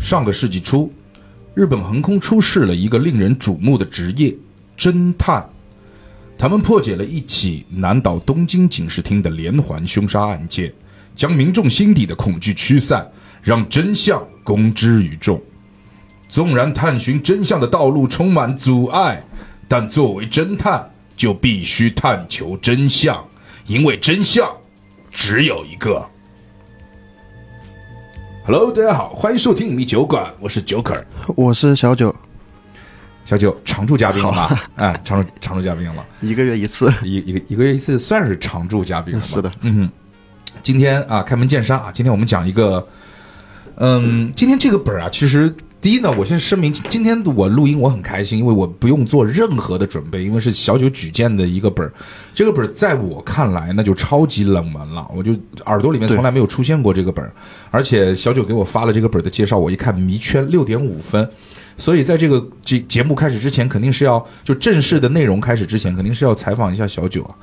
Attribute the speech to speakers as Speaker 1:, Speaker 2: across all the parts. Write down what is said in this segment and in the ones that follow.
Speaker 1: 上个世纪初，日本横空出世了一个令人瞩目的职业——侦探。他们破解了一起南岛东京警视厅的连环凶杀案件，将民众心底的恐惧驱散，让真相公之于众。纵然探寻真相的道路充满阻碍，但作为侦探就必须探求真相，因为真相只有一个。Hello，大家好，欢迎收听《隐秘酒馆》，我是 Joker
Speaker 2: 我是小九，
Speaker 1: 小九，常驻嘉宾了吧，哎，常驻常驻嘉宾了，
Speaker 2: 一个月一 次。
Speaker 1: 一一个一个月一次，算是常驻嘉宾了吧。
Speaker 2: 是的，
Speaker 1: 今天啊，开门见山啊，今天我们讲一个，嗯，今天这个本儿啊，其实第一呢，我先声明，今天我录音我很开心，因为我不用做任何的准备，因为是小九举荐的一个本儿，这个本儿在我看来那就超级冷门了，我就耳朵里面
Speaker 2: 对
Speaker 1: 从来没有出现过这个本儿，而且小九给我发了这个本儿的介绍，我一看迷圈六点五分。所以，在这个节节目开始之前，肯定是要就正式的内容开始之前，肯定是要采访一下小九啊。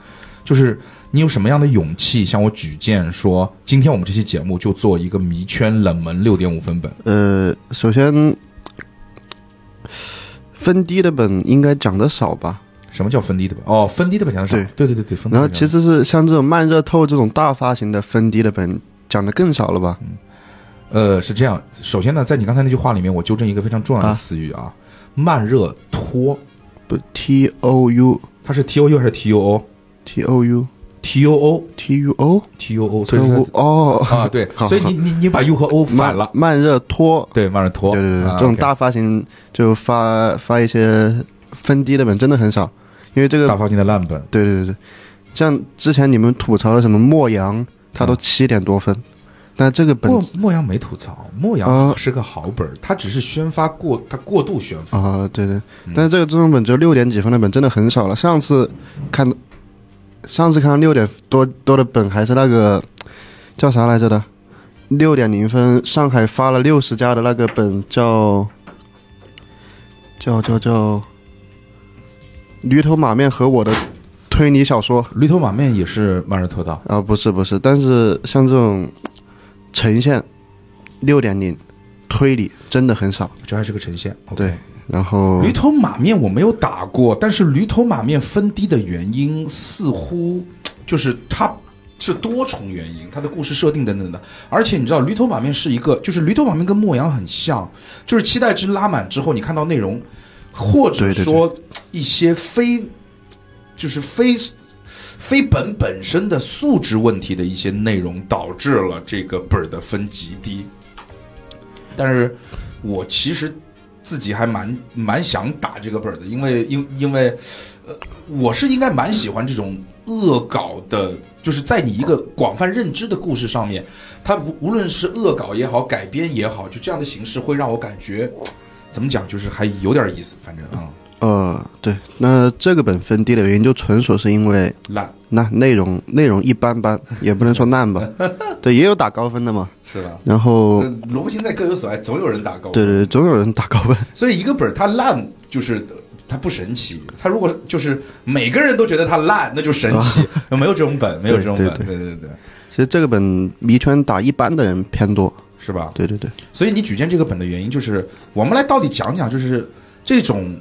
Speaker 1: 就是你有什么样的勇气向我举荐说，今天我们这期节目就做一个迷圈冷门六点五分本？
Speaker 2: 呃，首先分低的本应该讲的少吧，
Speaker 1: 什么叫分低的本？哦，分低的本讲的少。对对对对，分低的
Speaker 2: 然后
Speaker 1: 本
Speaker 2: 其实是像这种慢热透这种大发行的分低的本讲的更少了吧？
Speaker 1: 嗯呃是这样。首先呢，在你刚才那句话里面，我纠正一个非常重要的词语啊，慢热拖，
Speaker 2: 不，T O U
Speaker 1: 它是 T O U 还是 T O O？T
Speaker 2: T O U
Speaker 1: O O
Speaker 2: T U O
Speaker 1: T O O，
Speaker 2: T
Speaker 1: 所以
Speaker 2: U
Speaker 1: 说
Speaker 2: O
Speaker 1: 啊对，
Speaker 2: 好
Speaker 1: 所以你你你把 U 和 O
Speaker 2: 慢
Speaker 1: 反了，
Speaker 2: 慢热拖，
Speaker 1: 对，慢热拖，
Speaker 2: 对对对，
Speaker 1: 啊
Speaker 2: 这种
Speaker 1: OK
Speaker 2: 大发行就发发一些分低的本真的很少，因为这个
Speaker 1: 大发行的烂本，
Speaker 2: 对对对对，像之前你们吐槽的什么莫阳，他都七点多分，但这个本
Speaker 1: 莫莫阳没吐槽，莫
Speaker 2: 啊
Speaker 1: 阳是个好本儿，他只是宣发过，他过度宣发。
Speaker 2: 啊、对对，但是这个这种本只有六点几分的本真的很少了。上次看，上次看六点多多的本还是那个叫啥来着的，六点零分，上海发了六十家的那个本叫叫叫叫驴头马面和我的推理小说。
Speaker 1: 驴头马面也是慢热拖到，
Speaker 2: 啊，不是不是，但是像这种呈现六点零推理真的很少。
Speaker 1: 这还是个呈现。OK
Speaker 2: 对，然后
Speaker 1: 驴头马面我没有打过，但是驴头马面分低的原因似乎就是它是多重原因，它的故事设定等等的。而且你知道，驴头马面是一个，就是驴头马面跟莫阳很像，就是期待值拉满之后，你看到内容，或者
Speaker 2: 对对对
Speaker 1: 说一些非就是非。非本本身的素质问题的一些内容，导致了这个本儿的分级低。但是我其实自己还蛮蛮想打这个本儿的，因为因因为，呃，我是应该蛮喜欢这种恶搞的，就是在你一个广泛认知的故事上面，它无无论是恶搞也好，改编也好，就这样的形式会让我感觉，怎么讲，就是还有点意思，反正啊、
Speaker 2: 呃，对，那这个本分低的原因就纯属是因为
Speaker 1: 烂
Speaker 2: 那内容内容一般般，也不能说烂吧，对，也有打高分的嘛。
Speaker 1: 是吧？
Speaker 2: 然后
Speaker 1: 呃萝卜青菜各有所爱，总有人打高分。
Speaker 2: 对对，对总有人打高分。
Speaker 1: 所以一个本儿它烂就是呃它不神奇，它如果就是每个人都觉得它烂，那就神 奇。没有这种本，没有这种本，
Speaker 2: 对
Speaker 1: 对对对，
Speaker 2: 其实这个本迷圈打一般的人偏多。
Speaker 1: 是吧？
Speaker 2: 对对对，
Speaker 1: 所以你举荐这个本的原因就是，我们来到底讲讲，就是这种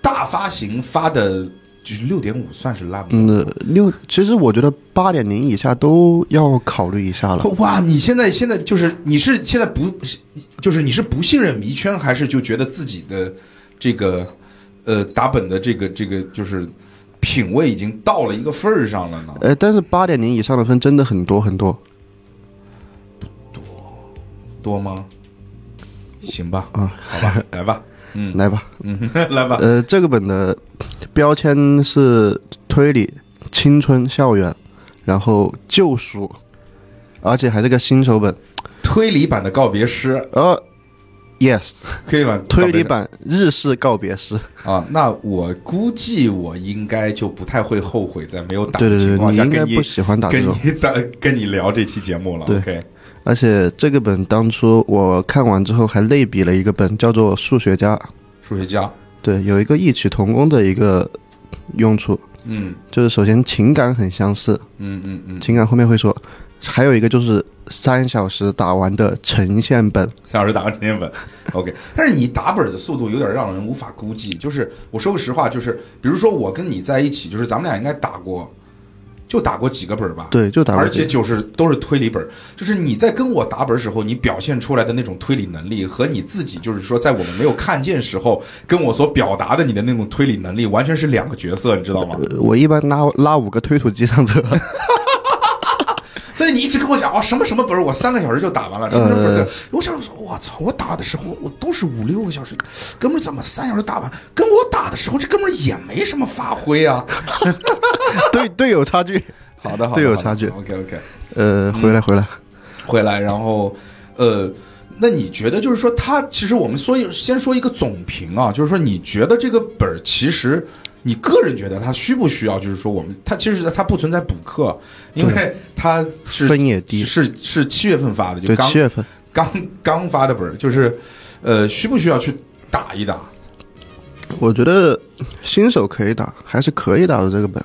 Speaker 1: 大发行发的，就是六点五算是烂吗？
Speaker 2: 嗯，六，其实我觉得八点零以下都要考虑一下了。
Speaker 1: 哇！你现在现在就是你是现在不，就是你是不信任迷圈，还是就觉得自己的这个呃打本的这个这个就是品味已经到了一个份儿上了呢？
Speaker 2: 呃，但是八点零以上的分真的很多很多。
Speaker 1: 多吗？行吧，
Speaker 2: 啊
Speaker 1: 好吧， 来吧，嗯，
Speaker 2: 来吧，
Speaker 1: 来吧，
Speaker 2: 呃，这个本的标签是推理、青春校园，然后救赎，而且还是个新手本。
Speaker 1: 推理版的告别诗，
Speaker 2: 呃，yes，
Speaker 1: 可以吧？
Speaker 2: 推理
Speaker 1: 告别
Speaker 2: 版日式告别诗。
Speaker 1: 啊，那我估计我应该就不太会后悔，在没有打
Speaker 2: 对
Speaker 1: 的
Speaker 2: 对
Speaker 1: 情
Speaker 2: 对，
Speaker 1: 况
Speaker 2: 你
Speaker 1: 下
Speaker 2: 应该
Speaker 1: 跟你
Speaker 2: 不喜欢打这
Speaker 1: 跟
Speaker 2: 种。
Speaker 1: 你打跟你聊这期节目了。
Speaker 2: 对
Speaker 1: OK，
Speaker 2: 而且这个本当初我看完之后还类比了一个本，叫做《数学家》。
Speaker 1: 数学家，
Speaker 2: 对，有一个异曲同工的一个用处，
Speaker 1: 嗯
Speaker 2: 就是首先情感很相似，
Speaker 1: 嗯嗯嗯，
Speaker 2: 情感后面会说，还有一个就是三小时打完的呈现本。
Speaker 1: 三小时打完成年本 ，OK。但是你打本的速度有点让人无法估计。就是我说个实话，就是比如说我跟你在一起，就是咱们俩应该打过，就打过几个本吧。
Speaker 2: 对，就打完
Speaker 1: 而且就是都是推理本儿，就是你在跟我打本儿时候，你表现出来的那种推理能力和你自己就是说在我们没有看见时候跟我所表达的你的那种推理能力，完全是两个角色，你知道吗？
Speaker 2: 呃我一般拉拉五个推土机上 车，
Speaker 1: 所以你一直跟我讲哦什么什么本儿，我三个小时就打完了，什么什么本儿，我想说，我操，我打的时候我都是五六个小时，哥们儿怎么三小时打完？跟我打的时候，这哥们儿也没什么发挥啊。
Speaker 2: 对队友差距。
Speaker 1: 好的，好的，
Speaker 2: 队友差距
Speaker 1: OK OK。嗯
Speaker 2: 呃，回来回来，
Speaker 1: 回来，然后，呃，那你觉得就是说他，其实我们说一先说一个总评啊，就是说你觉得这个本儿其实。你个人觉得它需不需要？就是说，我们它其实它不存在补课，因为它是
Speaker 2: 分也低
Speaker 1: 是是七月份发的，就
Speaker 2: 对，
Speaker 1: 刚
Speaker 2: 七月份
Speaker 1: 刚刚发的本儿，就是，呃，需不需要去打一打？
Speaker 2: 我觉得新手可以打，还是可以打的这个本。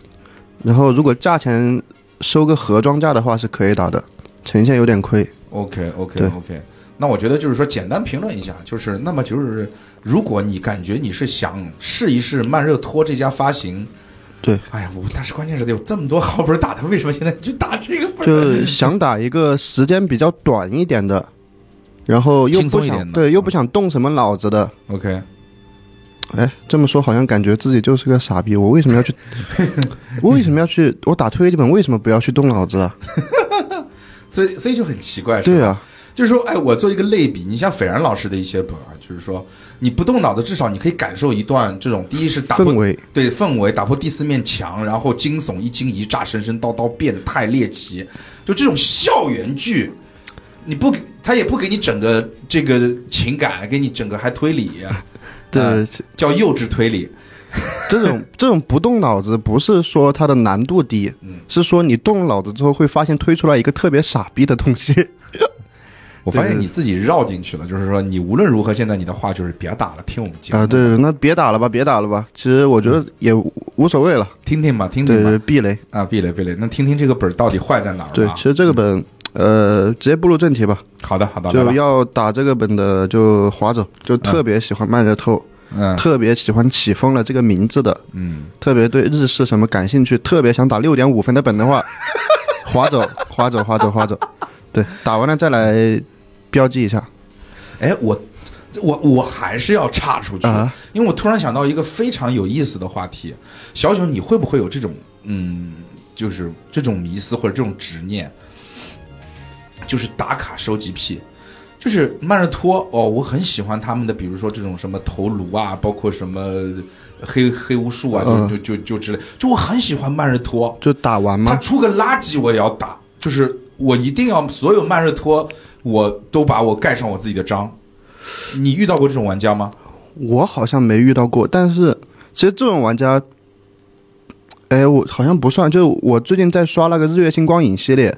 Speaker 2: 然后如果价钱收个盒装价的话是可以打的，呈现有点亏。
Speaker 1: OK OK
Speaker 2: 对
Speaker 1: OK，那我觉得就是说简单评论一下，就是那么就是，如果你感觉你是想试一试慢热托这家发行，
Speaker 2: 对，
Speaker 1: 哎呀，我但是关键是得有这么多好本打，他为什么现在去打这个本儿？
Speaker 2: 就想打一个时间比较短一点的，然后又
Speaker 1: 轻松
Speaker 2: 不
Speaker 1: 一点
Speaker 2: 想
Speaker 1: 的
Speaker 2: 对又不想动什么脑子的。
Speaker 1: OK，
Speaker 2: 哎，这么说好像感觉自己就是个傻逼。我为什么要去？ 我为什么要去？我打推理本为什么不要去动脑子啊？
Speaker 1: 所以所以就很奇哎怪，是吧
Speaker 2: 对啊，
Speaker 1: 就是说，哎，我做一个类比，你像斐然老师的一些本啊，就是说你不动脑子，至少你可以感受一段这种，第一是打哎破
Speaker 2: 氛围，
Speaker 1: 对氛围打破第四面墙，然后惊悚一惊一乍，神神叨叨，变态猎奇，就这种校园剧，你不给他也不给你整个这个情感，给你整个还推理，啊
Speaker 2: 对，
Speaker 1: 叫幼稚推理。
Speaker 2: 这种这种不动脑子，不是说它的难度低，
Speaker 1: 嗯
Speaker 2: 是说你动了脑子之后会发现推出来一个特别傻逼的 东西。
Speaker 1: 我发现你自己绕进去了，就是说你无论如何，现在你的话就是别打了，听我们节目，
Speaker 2: 啊，对，那别打了吧，别打了吧。其实我觉得也无无所谓了，
Speaker 1: 听听吧，听
Speaker 2: 对
Speaker 1: 听吧。
Speaker 2: 对，避雷。
Speaker 1: 啊，避雷避雷，那听听这个本儿到底坏在哪儿吧？
Speaker 2: 对，其实这个本，呃，直接步入正题吧。
Speaker 1: 好的好的，来
Speaker 2: 就
Speaker 1: 吧
Speaker 2: 要打这个本的就划走，就特别喜欢慢热透，
Speaker 1: 嗯
Speaker 2: 特别喜欢起风了这个名字的，
Speaker 1: 嗯，
Speaker 2: 特别对日式什么感兴趣，特别想打六点五分的本的话， 划走，划走，划走，划走。对，打完了再来标记一下。
Speaker 1: 哎，我我我还是要岔出去
Speaker 2: 啊，
Speaker 1: 因为我突然想到一个非常有意思的话题。小九，你会不会有这种嗯，就是这种迷思或者这种执念，就是打卡收集癖？就是曼热托哦，我很喜欢他们的，比如说这种什么头颅啊，包括什么黑黑巫术啊，就
Speaker 2: 嗯
Speaker 1: 就就就之类，就我很喜欢曼热托，
Speaker 2: 就打完
Speaker 1: 他
Speaker 2: 吗？
Speaker 1: 出个垃圾我也要打，就是我一定要所有慢热托我都把我盖上我自己的章。你遇到过这种玩家吗？
Speaker 2: 我好像没遇到过，但是其实这种玩家，哎，我好像不算。就是我最近在刷那个日月星光影系列，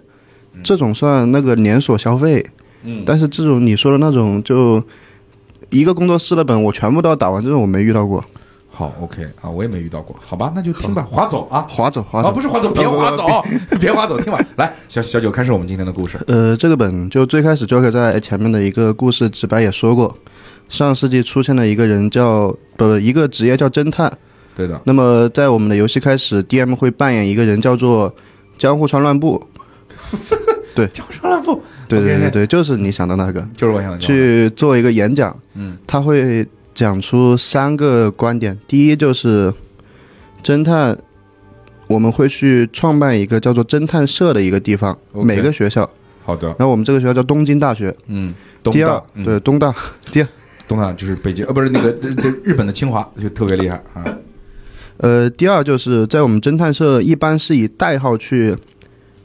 Speaker 2: 这种算那个连锁消费。
Speaker 1: 嗯，
Speaker 2: 但是这种你说的那种，就一个工作室的本，我全部都要打完，这种我没遇到过。
Speaker 1: 好，OK 啊，我也没遇到过，好吧，那就听吧，划走啊，
Speaker 2: 划走，划
Speaker 1: 啊，
Speaker 2: 走，
Speaker 1: 不是划走，别划走， 别划走，听吧，来，小小九开始我们今天的故事。
Speaker 2: 呃，这个本就最开始 Joker 在前面的一个故事直白也说过，上世纪出现了一个人叫不一个职业叫侦探。
Speaker 1: 对的，
Speaker 2: 那么在我们的游戏开始，DM 会扮演一个人叫做江户川乱步。
Speaker 1: 叫上来不？
Speaker 2: 对对
Speaker 1: OK，
Speaker 2: 对对，就是你想的那个，
Speaker 1: 就是我想的。
Speaker 2: 去做一个演讲。嗯，他会讲出三个观点，第一就是侦探。我们会去创办一个叫做侦探社的一个地方
Speaker 1: OK
Speaker 2: 每个学校。
Speaker 1: 好的，
Speaker 2: 然后我们这个学校叫东京大学，
Speaker 1: 嗯，东
Speaker 2: 第
Speaker 1: 大
Speaker 2: 二，
Speaker 1: 嗯
Speaker 2: 对东大，第二，
Speaker 1: 东大就是北京，呃，不是那个这这日本的清华就特别厉害啊。
Speaker 2: 呃，第二就是在我们侦探社一般是以代号去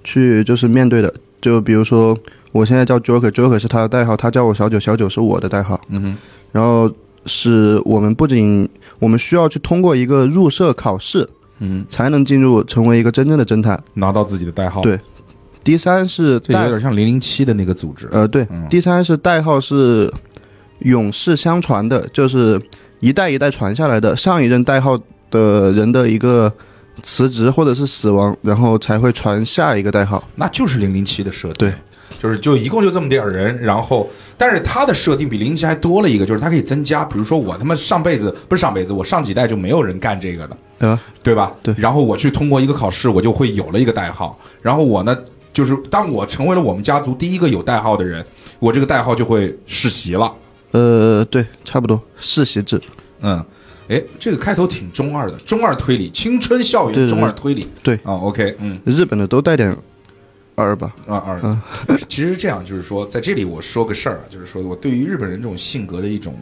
Speaker 2: 去就是面对的，就比如说我现在叫 Joker，Joker 是他的代号，他叫我小九，小九是我的代号。
Speaker 1: 嗯哼，
Speaker 2: 然后是我们不仅我们需要去通过一个入社考试，
Speaker 1: 嗯，
Speaker 2: 才能进入成为一个真正的侦探。
Speaker 1: 拿到自己的代号，
Speaker 2: 对第三是
Speaker 1: 这有
Speaker 2: 代
Speaker 1: 点像零零七的那个组织。
Speaker 2: 呃对，
Speaker 1: 嗯
Speaker 2: 第三是代号是永世相传的，就是一代一代传下来的，上一任代号的人的一个辞职或者是死亡，然后才会传下一个代号。
Speaker 1: 那就是零零七的设定。
Speaker 2: 对，
Speaker 1: 就是就一共就这么点儿人，然后但是它的设定比零零七还多了一个，就是它可以增加，比如说我他妈上辈子不是上辈子，我上几代就没有人干这个的，
Speaker 2: 对吧？
Speaker 1: 对吧？
Speaker 2: 对
Speaker 1: 然后我去通过一个考试，我就会有了一个代号。然后我呢，就是当我成为了我们家族第一个有代号的人，我这个代号就会世袭了。
Speaker 2: 呃，对，差不多世袭制。
Speaker 1: 嗯，哎，这个开头挺中二的，中二推理，青春校
Speaker 2: 对
Speaker 1: 园
Speaker 2: 对对
Speaker 1: 中二推理。
Speaker 2: 对
Speaker 1: 啊、o k 嗯，
Speaker 2: 日本的都带点二吧？
Speaker 1: 二啊二。其实这样就是说，在这里我说个事儿啊，就是说我对于日本人这种性格的一种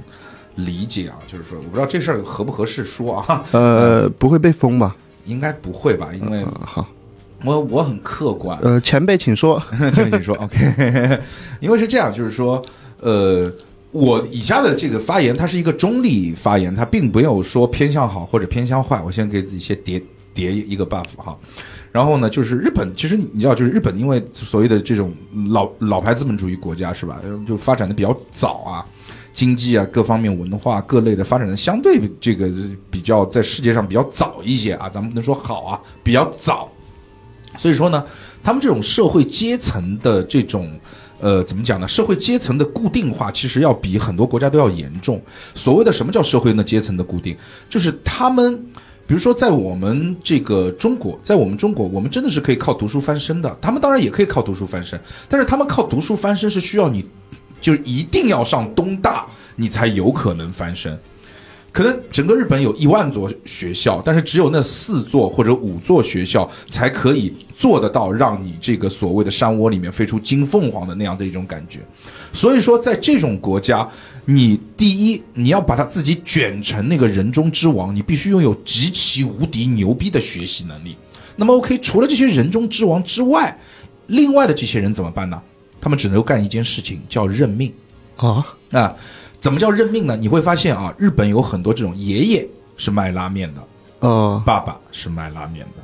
Speaker 1: 理解啊，就是说我不知道这事儿合不合适说啊，
Speaker 2: 呃，不会被封吧？
Speaker 1: 应该不会吧？因为
Speaker 2: 嗯，好。
Speaker 1: 我我很客观，啊
Speaker 2: 呃，前辈请说。
Speaker 1: 这个你说 OK，因 为是这样，就是说，呃，我以下的这个发言，它是一个中立发言，它并没有说偏向好或者偏向坏。我先给自己先叠叠一个 buff 哈。然后呢，就是日本，其实你知道，就是日本，因为所谓的这种老老牌资本主义国家是吧，就发展的比较早啊，经济啊各方面文化各类的发展的相对这个比较在世界上比较早一些啊，咱们不能说好啊，比较早。所以说呢，他们这种社会阶层的这种。呃，怎么讲呢？社会阶层的固定化其实要比很多国家都要严重。所谓的什么叫社会呢阶层的固定，就是他们，比如说在我们这个中国，在我们中国，我们真的是可以靠读书翻身的。他们当然也可以靠读书翻身，但是他们靠读书翻身是需要你，就是一定要上东大，你才有可能翻身。可能整个日本有一万座学校，但是只有那四座或者五座学校才可以做得到让你这个所谓的山窝里面飞出金凤凰的那样的一种感觉。所以说，在这种国家，你第一你要把他自己卷成那个人中之王，你必须拥有极其无敌牛逼的学习能力。那么 OK，除了这些人中之王之外，另外的这些人怎么办呢？他们只能干一件事情，叫认命。
Speaker 2: 啊，
Speaker 1: 啊，怎么叫认命呢？你会发现啊，日本有很多这种爷爷是卖拉面的，
Speaker 2: 哦，
Speaker 1: 爸爸是卖拉面的，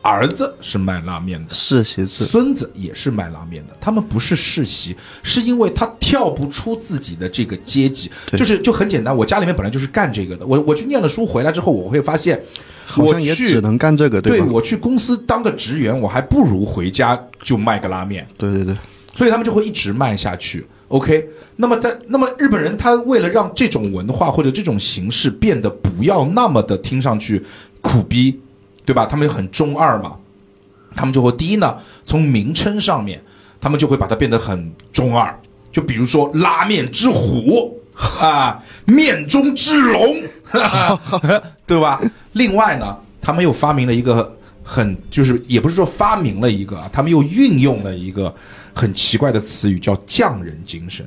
Speaker 1: 儿子是卖拉面的，
Speaker 2: 世袭制。
Speaker 1: 孙子也是卖拉面的。他们不是世袭，是因为他跳不出自己的这个阶级，
Speaker 2: 对
Speaker 1: 就是就很简单。我家里面本来就是干这个的，我我去念了书回来之后，我会发现，
Speaker 2: 好
Speaker 1: 我
Speaker 2: 像也只
Speaker 1: 去。
Speaker 2: 能干这个，
Speaker 1: 对
Speaker 2: 吧？
Speaker 1: 我去公司当个职员，我还不如回家就卖个拉面。
Speaker 2: 对对对，
Speaker 1: 所以他们就会一直卖下去。OK，那么在那么日本人他为了让这种文化或者这种形式变得不要那么的听上去苦逼，对吧？他们很中二嘛，他们就会第一呢，从名称上面，他们就会把它变得很中二，就比如说拉面之虎啊，面中之龙， 对吧？另外呢，他们又发明了一个很，就是也不是说发明了一个啊，他们又运用了一个很奇怪的词语，叫匠人精神。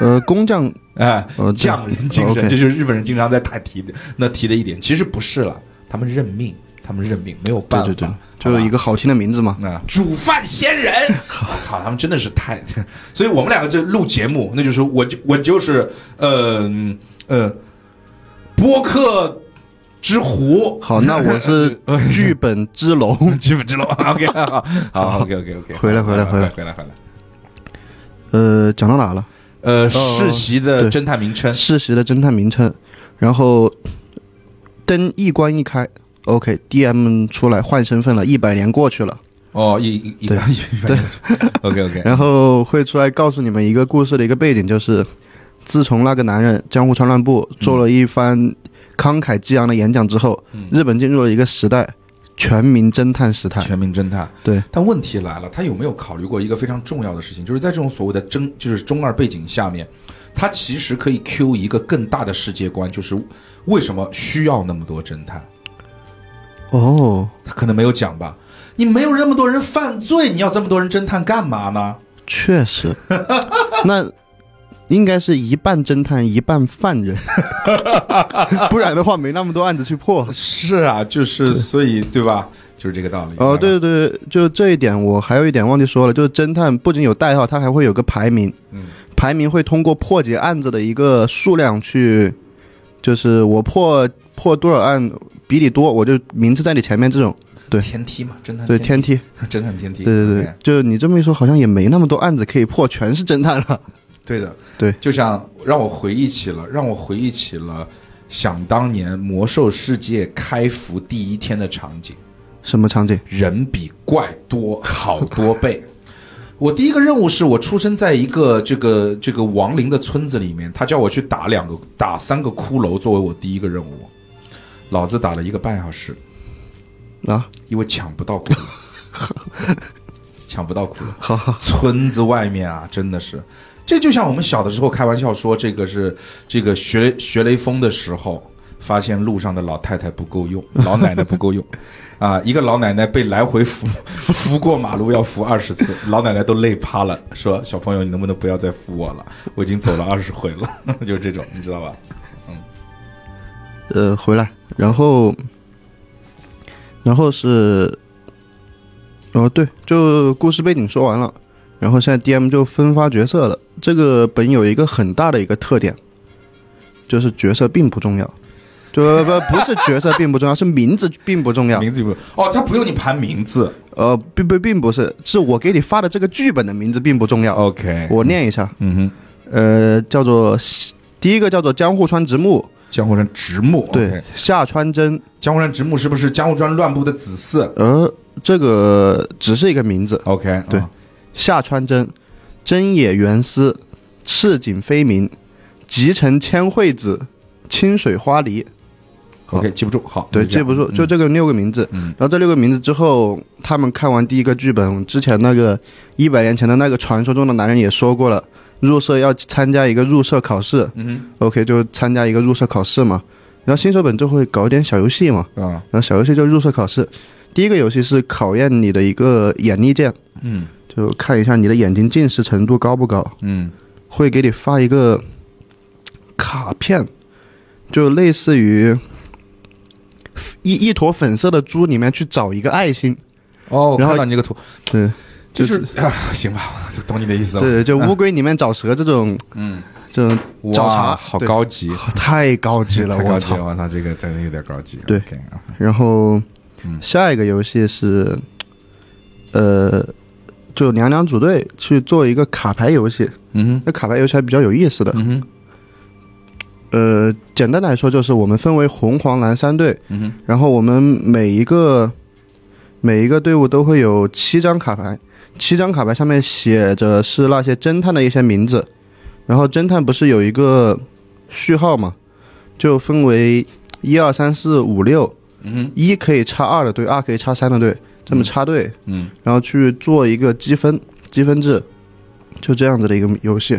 Speaker 2: 呃，工匠
Speaker 1: 哎
Speaker 2: 哦，对
Speaker 1: 匠人精神，
Speaker 2: OK
Speaker 1: 这就是日本人经常在谈提的那提的一点。其实不是了，他们认命，他们认命，没有办
Speaker 2: 对
Speaker 1: 法。
Speaker 2: 对对，
Speaker 1: 啊好
Speaker 2: 就
Speaker 1: 吧
Speaker 2: 是一个好听的名字嘛。
Speaker 1: 啊，煮饭仙人，我操，他们真的是太，所以我们两个这录节目，那就是我就我就是，嗯呃呃，播客之狐，
Speaker 2: 好，那 我是
Speaker 1: 哎
Speaker 2: 剧本之龙。
Speaker 1: 基本之龙，OK，好，好，OK OK OK，
Speaker 2: 回来回来
Speaker 1: 回
Speaker 2: 回来
Speaker 1: 回来回来，
Speaker 2: 呃，讲到哪了？
Speaker 1: 呃，世袭的侦探名称，
Speaker 2: 事实的侦探名称，然后灯一关一开，OK，DM 出来换身份了，一百年过去了，
Speaker 1: 哦，一一一
Speaker 2: 对
Speaker 1: 般一般，OK OK，
Speaker 2: 然后会出来告诉你们一个故事的一个背景，就是自从那个男人江户川乱步做了一番慷慨激昂的演讲之后，日本进入了一个时代，全民侦探时代。
Speaker 1: 全民侦探。
Speaker 2: 对，
Speaker 1: 但问题来了，他有没有考虑过一个非常重要的事情，就是在这种所谓的争，就是中二背景下面，他其实可以 Q 一个更大的世界观，就是为什么需要那么多侦探？
Speaker 2: 哦，
Speaker 1: 他可能没有讲吧。你没有那么多人犯罪，你要这么多人侦探干嘛呢？
Speaker 2: 确实， 那应该是一半侦探一半 犯人，不然的话没那么多案子去破。
Speaker 1: 是啊，就是所以对吧？就是这个道理。
Speaker 2: 哦，对对对，就这一点，我还有一点忘记说了，就是侦探不仅有代号，他还会有个排名，
Speaker 1: 嗯
Speaker 2: 排名会通过破解案子的一个数量去，就是我破破多少案比你多，我就名次在你前面这种，对
Speaker 1: 天梯嘛，侦探
Speaker 2: 对
Speaker 1: 天
Speaker 2: 天梯，
Speaker 1: 梯 侦探天梯，
Speaker 2: 对对对，就是你这么一说，好像也没那么多案子可以破，全是侦探了。
Speaker 1: 对的，
Speaker 2: 对
Speaker 1: 就像让我回忆起了，让我回忆起了想当年魔兽世界开服第一天的场景，
Speaker 2: 什么场景？
Speaker 1: 人比怪多好多倍。我第一个任务是我出生在一个这个这个亡灵的村子里面，他叫我去打两个打三个骷髅作为我第一个任务，老子打了一个半小时，
Speaker 2: 啊，
Speaker 1: 因为抢不到骷髅， 抢不到骷髅。
Speaker 2: 好好，
Speaker 1: 村子外面啊，真的是，这就像我们小的时候开玩笑说，这个是这个学学雷锋的时候，发现路上的老太太不够用， 老奶奶不够用，啊，一个老奶奶被来回扶扶过马路要扶二十次，老奶奶都累趴了，说小朋友你能不能不要再扶我了，我已经走了二十回了， 就是这种，你知道吧？
Speaker 2: 呃，回来，然后，然后是，然后对，就故事背景说完了，然后现在 DM 就分发角色了。这个本有一个很大的一个特点，就是角色并不重要，就不不是角色并不重要，是名字并不重要。
Speaker 1: 名字不哦，他不用你盘名字
Speaker 2: 呃，并不并不是，是我给你发的这个剧本的名字并不重要。
Speaker 1: ，OK，
Speaker 2: 我念一下，
Speaker 1: 嗯
Speaker 2: 呃，叫做第一个叫做江户川直木，
Speaker 1: 哼，江户川直木，
Speaker 2: 对
Speaker 1: OK，，
Speaker 2: 下川真，
Speaker 1: 江户川直木是不是江户川乱步的子嗣
Speaker 2: 呃，这个只是一个名字，
Speaker 1: ？OK，
Speaker 2: 对
Speaker 1: 啊
Speaker 2: 下川真，真野原司，赤井飞明，吉城千惠子，清水花梨，
Speaker 1: OK，记不住，好，
Speaker 2: 对，
Speaker 1: 就这
Speaker 2: 记
Speaker 1: 样
Speaker 2: 不住，就这个六个名字。
Speaker 1: 嗯
Speaker 2: 然后这六个名字之后，他们看完第一个剧本之前，那个一百年前的那个传说中的男人也说过了，入社要参加一个入社考试。
Speaker 1: 嗯
Speaker 2: OK，就参加一个入社考试嘛。然后新手本就会搞一点小游戏嘛，
Speaker 1: 啊，
Speaker 2: 然后小游戏就入社考试。第一个游戏是考验你的一个眼力见，
Speaker 1: 嗯
Speaker 2: 就看一下你的眼睛近视程度高不高。
Speaker 1: 嗯
Speaker 2: 会给你发一个卡片，就类似于一一坨粉色的珠里面去找一个爱心，
Speaker 1: 哦，
Speaker 2: 然后
Speaker 1: 看到你这个图，
Speaker 2: 对
Speaker 1: 就是啊，行吧， 懂你的意思了，
Speaker 2: 对，就乌龟里面找蛇这种，
Speaker 1: 嗯，
Speaker 2: 这种
Speaker 1: 哇
Speaker 2: 找茬
Speaker 1: 好
Speaker 2: 对
Speaker 1: 高级，
Speaker 2: 太高级了，
Speaker 1: 太
Speaker 2: 我
Speaker 1: 高级
Speaker 2: 操！
Speaker 1: 了，我操，这个真的有点高级，
Speaker 2: 对
Speaker 1: OK，啊，
Speaker 2: 然后
Speaker 1: 嗯
Speaker 2: 下一个游戏是，呃，就两两组队去做一个卡牌游戏，
Speaker 1: 嗯
Speaker 2: 那卡牌游戏还比较有意思的
Speaker 1: 哼，。嗯哼，
Speaker 2: 呃，简单来说就是我们分为红、黄、蓝三队，
Speaker 1: 嗯哼，
Speaker 2: 然后我们每一个每一个队伍都会有七张卡牌，七张卡牌上面写着是那些侦探的一些名字，然后侦探不是有一个序号嘛，就分为一二三四五六，
Speaker 1: 嗯
Speaker 2: 一可以插二的队，二可以插三的队，这么插队，
Speaker 1: 哼，嗯，
Speaker 2: 然后去做一个积分积分制，就这样子的一个游戏。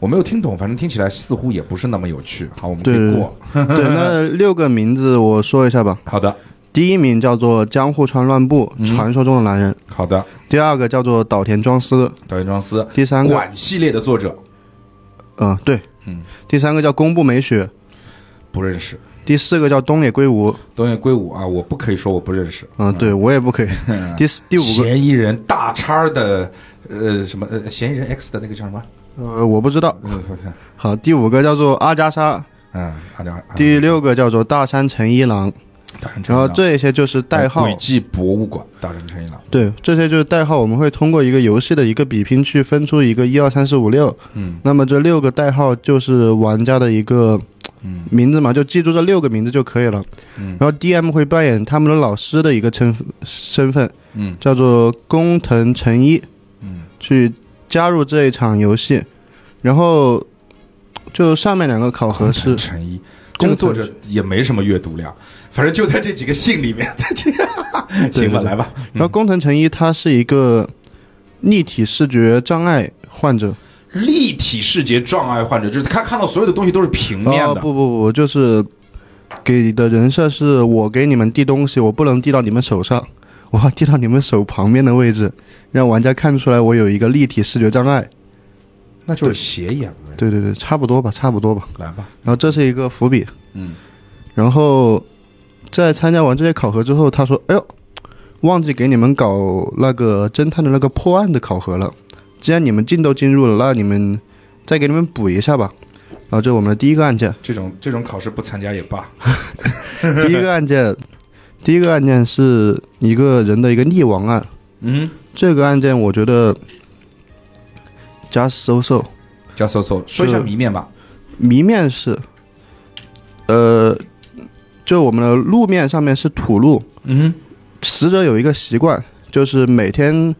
Speaker 1: 我没有听懂，反正听起来似乎也不是那么有趣，好，我们可
Speaker 2: 对
Speaker 1: 以
Speaker 2: 对
Speaker 1: 过，
Speaker 2: 对，那六个名字我说一下吧，
Speaker 1: 好的，
Speaker 2: 第一名叫做江户川乱步，
Speaker 1: 嗯
Speaker 2: 传说中的男人。
Speaker 1: 好的，
Speaker 2: 第二个叫做岛田庄司，
Speaker 1: 导演庄司，
Speaker 2: 第三个，
Speaker 1: 管系列的作者
Speaker 2: 嗯、对，
Speaker 1: 嗯，
Speaker 2: 第三个叫宫部美雪，
Speaker 1: 不认识，
Speaker 2: 第四个叫东野圭吾，
Speaker 1: 东野圭吾啊，我不可以说我不认识，
Speaker 2: 嗯、对我也不 可以。第四第五个，
Speaker 1: 嫌疑人大叉的呃什么呃嫌疑人 X 的那个叫什么？
Speaker 2: 呃，我不知道。
Speaker 1: 嗯，
Speaker 2: 好，第五个叫做阿加莎，
Speaker 1: 嗯，阿廖，
Speaker 2: 第六个叫做大山诚一郎，哦
Speaker 1: 大人
Speaker 2: 然后这些就是代号
Speaker 1: 哦轨。迹博物馆，大人成一郎，
Speaker 2: 对，这些就是代号，我们会通过一个游戏的一个比拼去分出一个一二三四五六。
Speaker 1: 嗯，
Speaker 2: 那么这六个代号就是玩家的一个
Speaker 1: 嗯
Speaker 2: 名字嘛，就记住这六个名字就可以了。
Speaker 1: 嗯
Speaker 2: 然后 DM 会扮演他们的老师的一个称身份，
Speaker 1: 嗯，
Speaker 2: 叫做工藤诚一，
Speaker 1: 嗯，
Speaker 2: 去加入这一场游戏。然后就上面两个考核是
Speaker 1: 成一，这
Speaker 2: 工
Speaker 1: 个
Speaker 2: 作
Speaker 1: 作者也没什么阅读量，反正就在这几个 信里面，在这，行吧，
Speaker 2: 对
Speaker 1: 来吧，
Speaker 2: 然后工藤诚一他是一个立体视觉障碍患者，
Speaker 1: 立体视觉障碍患者就是看看到所有的东西都是平面
Speaker 2: 哦
Speaker 1: 的，
Speaker 2: 不不不，就是给的人设是我给你们递东西，我不能递到你们手上， 我要递到你们手旁边的位置，让玩家看出来我有一个立体视觉障碍。
Speaker 1: 那就是斜眼呗，
Speaker 2: 对对对，差不多吧，差不多吧。
Speaker 1: 来吧，
Speaker 2: 然后这是一个伏笔，
Speaker 1: 嗯，
Speaker 2: 然后在参加完这些考核之后，他说：“哎呦，忘记给你们搞那个侦探的那个破案的考核了。既然你们进都进入了，那你们再给你们补一下吧。”然后这是我们的第一个案件。
Speaker 1: 这种这种考试不参加也罢，
Speaker 2: 第一个案件，第一个案件是一个人的一个溺亡案。
Speaker 1: 嗯，
Speaker 2: 这个案件我觉得，just so so，
Speaker 1: 叫搜搜，说一下谜面吧，
Speaker 2: 谜面是，呃，就我们的路面上面是土路，
Speaker 1: 嗯
Speaker 2: 死者有一个习惯，就是每天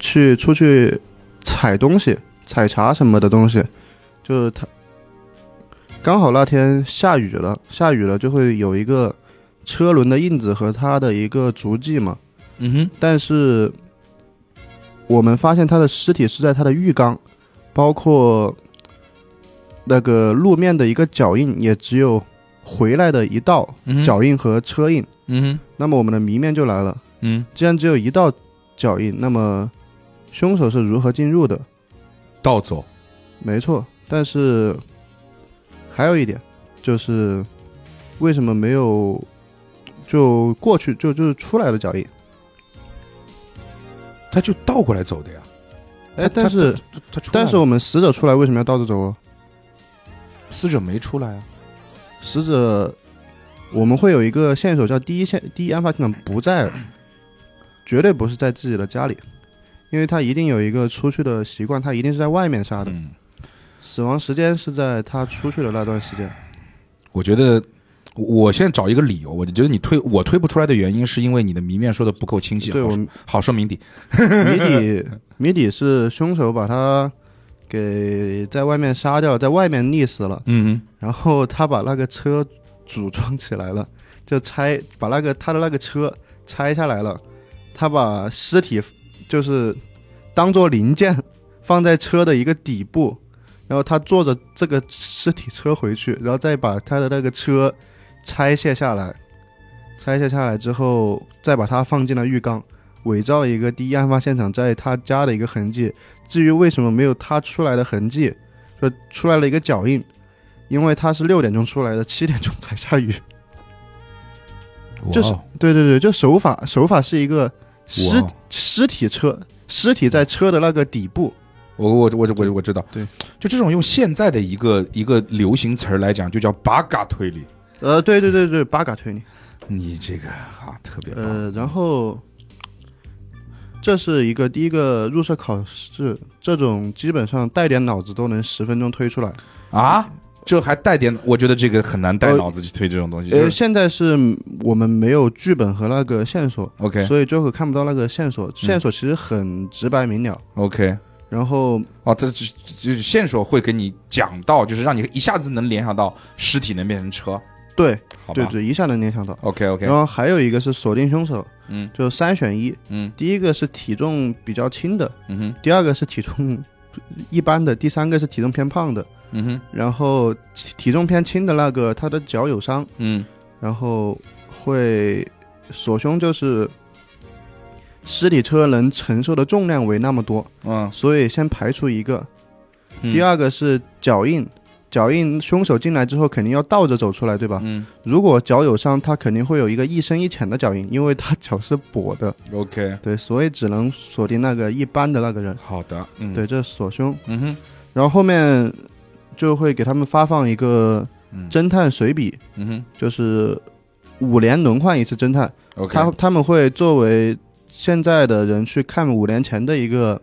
Speaker 2: 去出去采东西、采茶什么的东西，就是他刚好那天下雨了，下雨了就会有一个车轮的印子和他的一个足迹嘛。
Speaker 1: 嗯哼，
Speaker 2: 但是我们发现他的尸体是在他的浴缸，包括那个路面的一个脚印，也只有回来的一道
Speaker 1: 嗯哼，
Speaker 2: 脚印和车印。
Speaker 1: 嗯哼，
Speaker 2: 那么我们的谜面就来了。
Speaker 1: 嗯，
Speaker 2: 既然只有一道脚印，那么凶手是如何进入的？
Speaker 1: 盗走，
Speaker 2: 没错，但是还有一点就是，为什么没有就过去就就是出来的脚印？
Speaker 1: 他就倒过来走的呀。
Speaker 2: 哎，
Speaker 1: 他
Speaker 2: 但是
Speaker 1: 他他他出来
Speaker 2: 但
Speaker 1: 了
Speaker 2: 是我们死者出来为什么要倒着走？哦？
Speaker 1: 死者没出来啊。
Speaker 2: 死者我们会有一个线索叫第一线第一案发现场不在了，绝对不是在自己的家里，因为他一定有一个出去的习惯，他一定是在外面杀的。
Speaker 1: 嗯，
Speaker 2: 死亡时间是在他出去的那段时间。
Speaker 1: 我觉得我我现在找一个理由，我就觉得你推我推不出来的原因，是因为你的谜面说的不够清晰。
Speaker 2: 对
Speaker 1: 好
Speaker 2: 我
Speaker 1: 说
Speaker 2: 们
Speaker 1: 好说谜底。
Speaker 2: 谜底，谜底是凶手把他给在外面杀掉了，在外面溺死了，
Speaker 1: 嗯
Speaker 2: 然后他把那个车组装起来了，就拆把那个他的那个车拆下来了，他把尸体就是当做零件放在车的一个底部，然后他坐着这个尸体车回去，然后再把他的那个车拆卸下来，拆卸下来之后再把它放进了浴缸，伪造一个第一案发现场在他家的一个痕迹。至于为什么没有他出来的痕迹，就出来了一个脚印，因为他是六点钟出来的，七点钟才下雨。
Speaker 1: 哼，
Speaker 2: 就是
Speaker 1: 哇哦
Speaker 2: 对对对，就手法手法是一个尸
Speaker 1: 哇哦
Speaker 2: 尸体车，尸体在车的那个底部。
Speaker 1: 我我我我我知道，
Speaker 2: 对，
Speaker 1: 就这种用现在的一个一个流行词儿来讲，就叫八嘎推理。
Speaker 2: 呃，对对对对，八嘎推理。
Speaker 1: 你这个哈、特别棒，
Speaker 2: 呃，然后这是一个第一个入社考试，这种基本上带点脑子都能十分钟推出来。
Speaker 1: 啊，这还带点，我觉得这个很难带脑子去推这种东西。
Speaker 2: 呃，
Speaker 1: 就是
Speaker 2: 现在是我们没有剧本和那个线索，
Speaker 1: OK
Speaker 2: 所以最后看不到那个线索。线索其实很直白明了。
Speaker 1: OK，
Speaker 2: 然后
Speaker 1: 哦，这这这线索会给你讲到，就是让你一下子能联想到尸体能变成车，
Speaker 2: 对
Speaker 1: 好吧
Speaker 2: 对对，一下能联想到。
Speaker 1: OK
Speaker 2: 然
Speaker 1: OK，
Speaker 2: 后还有一个是锁定凶手，
Speaker 1: 嗯，
Speaker 2: 就三选一。
Speaker 1: 嗯
Speaker 2: 第一个是体重比较轻的，
Speaker 1: 嗯哼
Speaker 2: 第二个是体重一般的，第三个是体重偏胖的。
Speaker 1: 嗯哼
Speaker 2: 然后体体重偏轻的那个，他的脚有伤，
Speaker 1: 嗯
Speaker 2: 然后会锁凶就是尸体车能承受的重量为那么多，
Speaker 1: 嗯，
Speaker 2: 所以先排除一个。
Speaker 1: 嗯
Speaker 2: 第二个是脚印，脚印凶手进来之后肯定要倒着走出来，对吧？
Speaker 1: 嗯
Speaker 2: 如果脚有伤，他肯定会有一个一深一浅的脚印，因为他脚是 跛的，
Speaker 1: OK，
Speaker 2: 对，所以只能锁定那个一般的那个人。
Speaker 1: 好的，嗯
Speaker 2: 对，这是锁凶。
Speaker 1: 嗯哼
Speaker 2: 然后后面就会给他们发放一个
Speaker 1: 嗯
Speaker 2: 侦探随笔，
Speaker 1: 嗯哼
Speaker 2: 就是五年轮换一次侦探，
Speaker 1: OK，
Speaker 2: 他他们会作为现在的人去看五年前的一个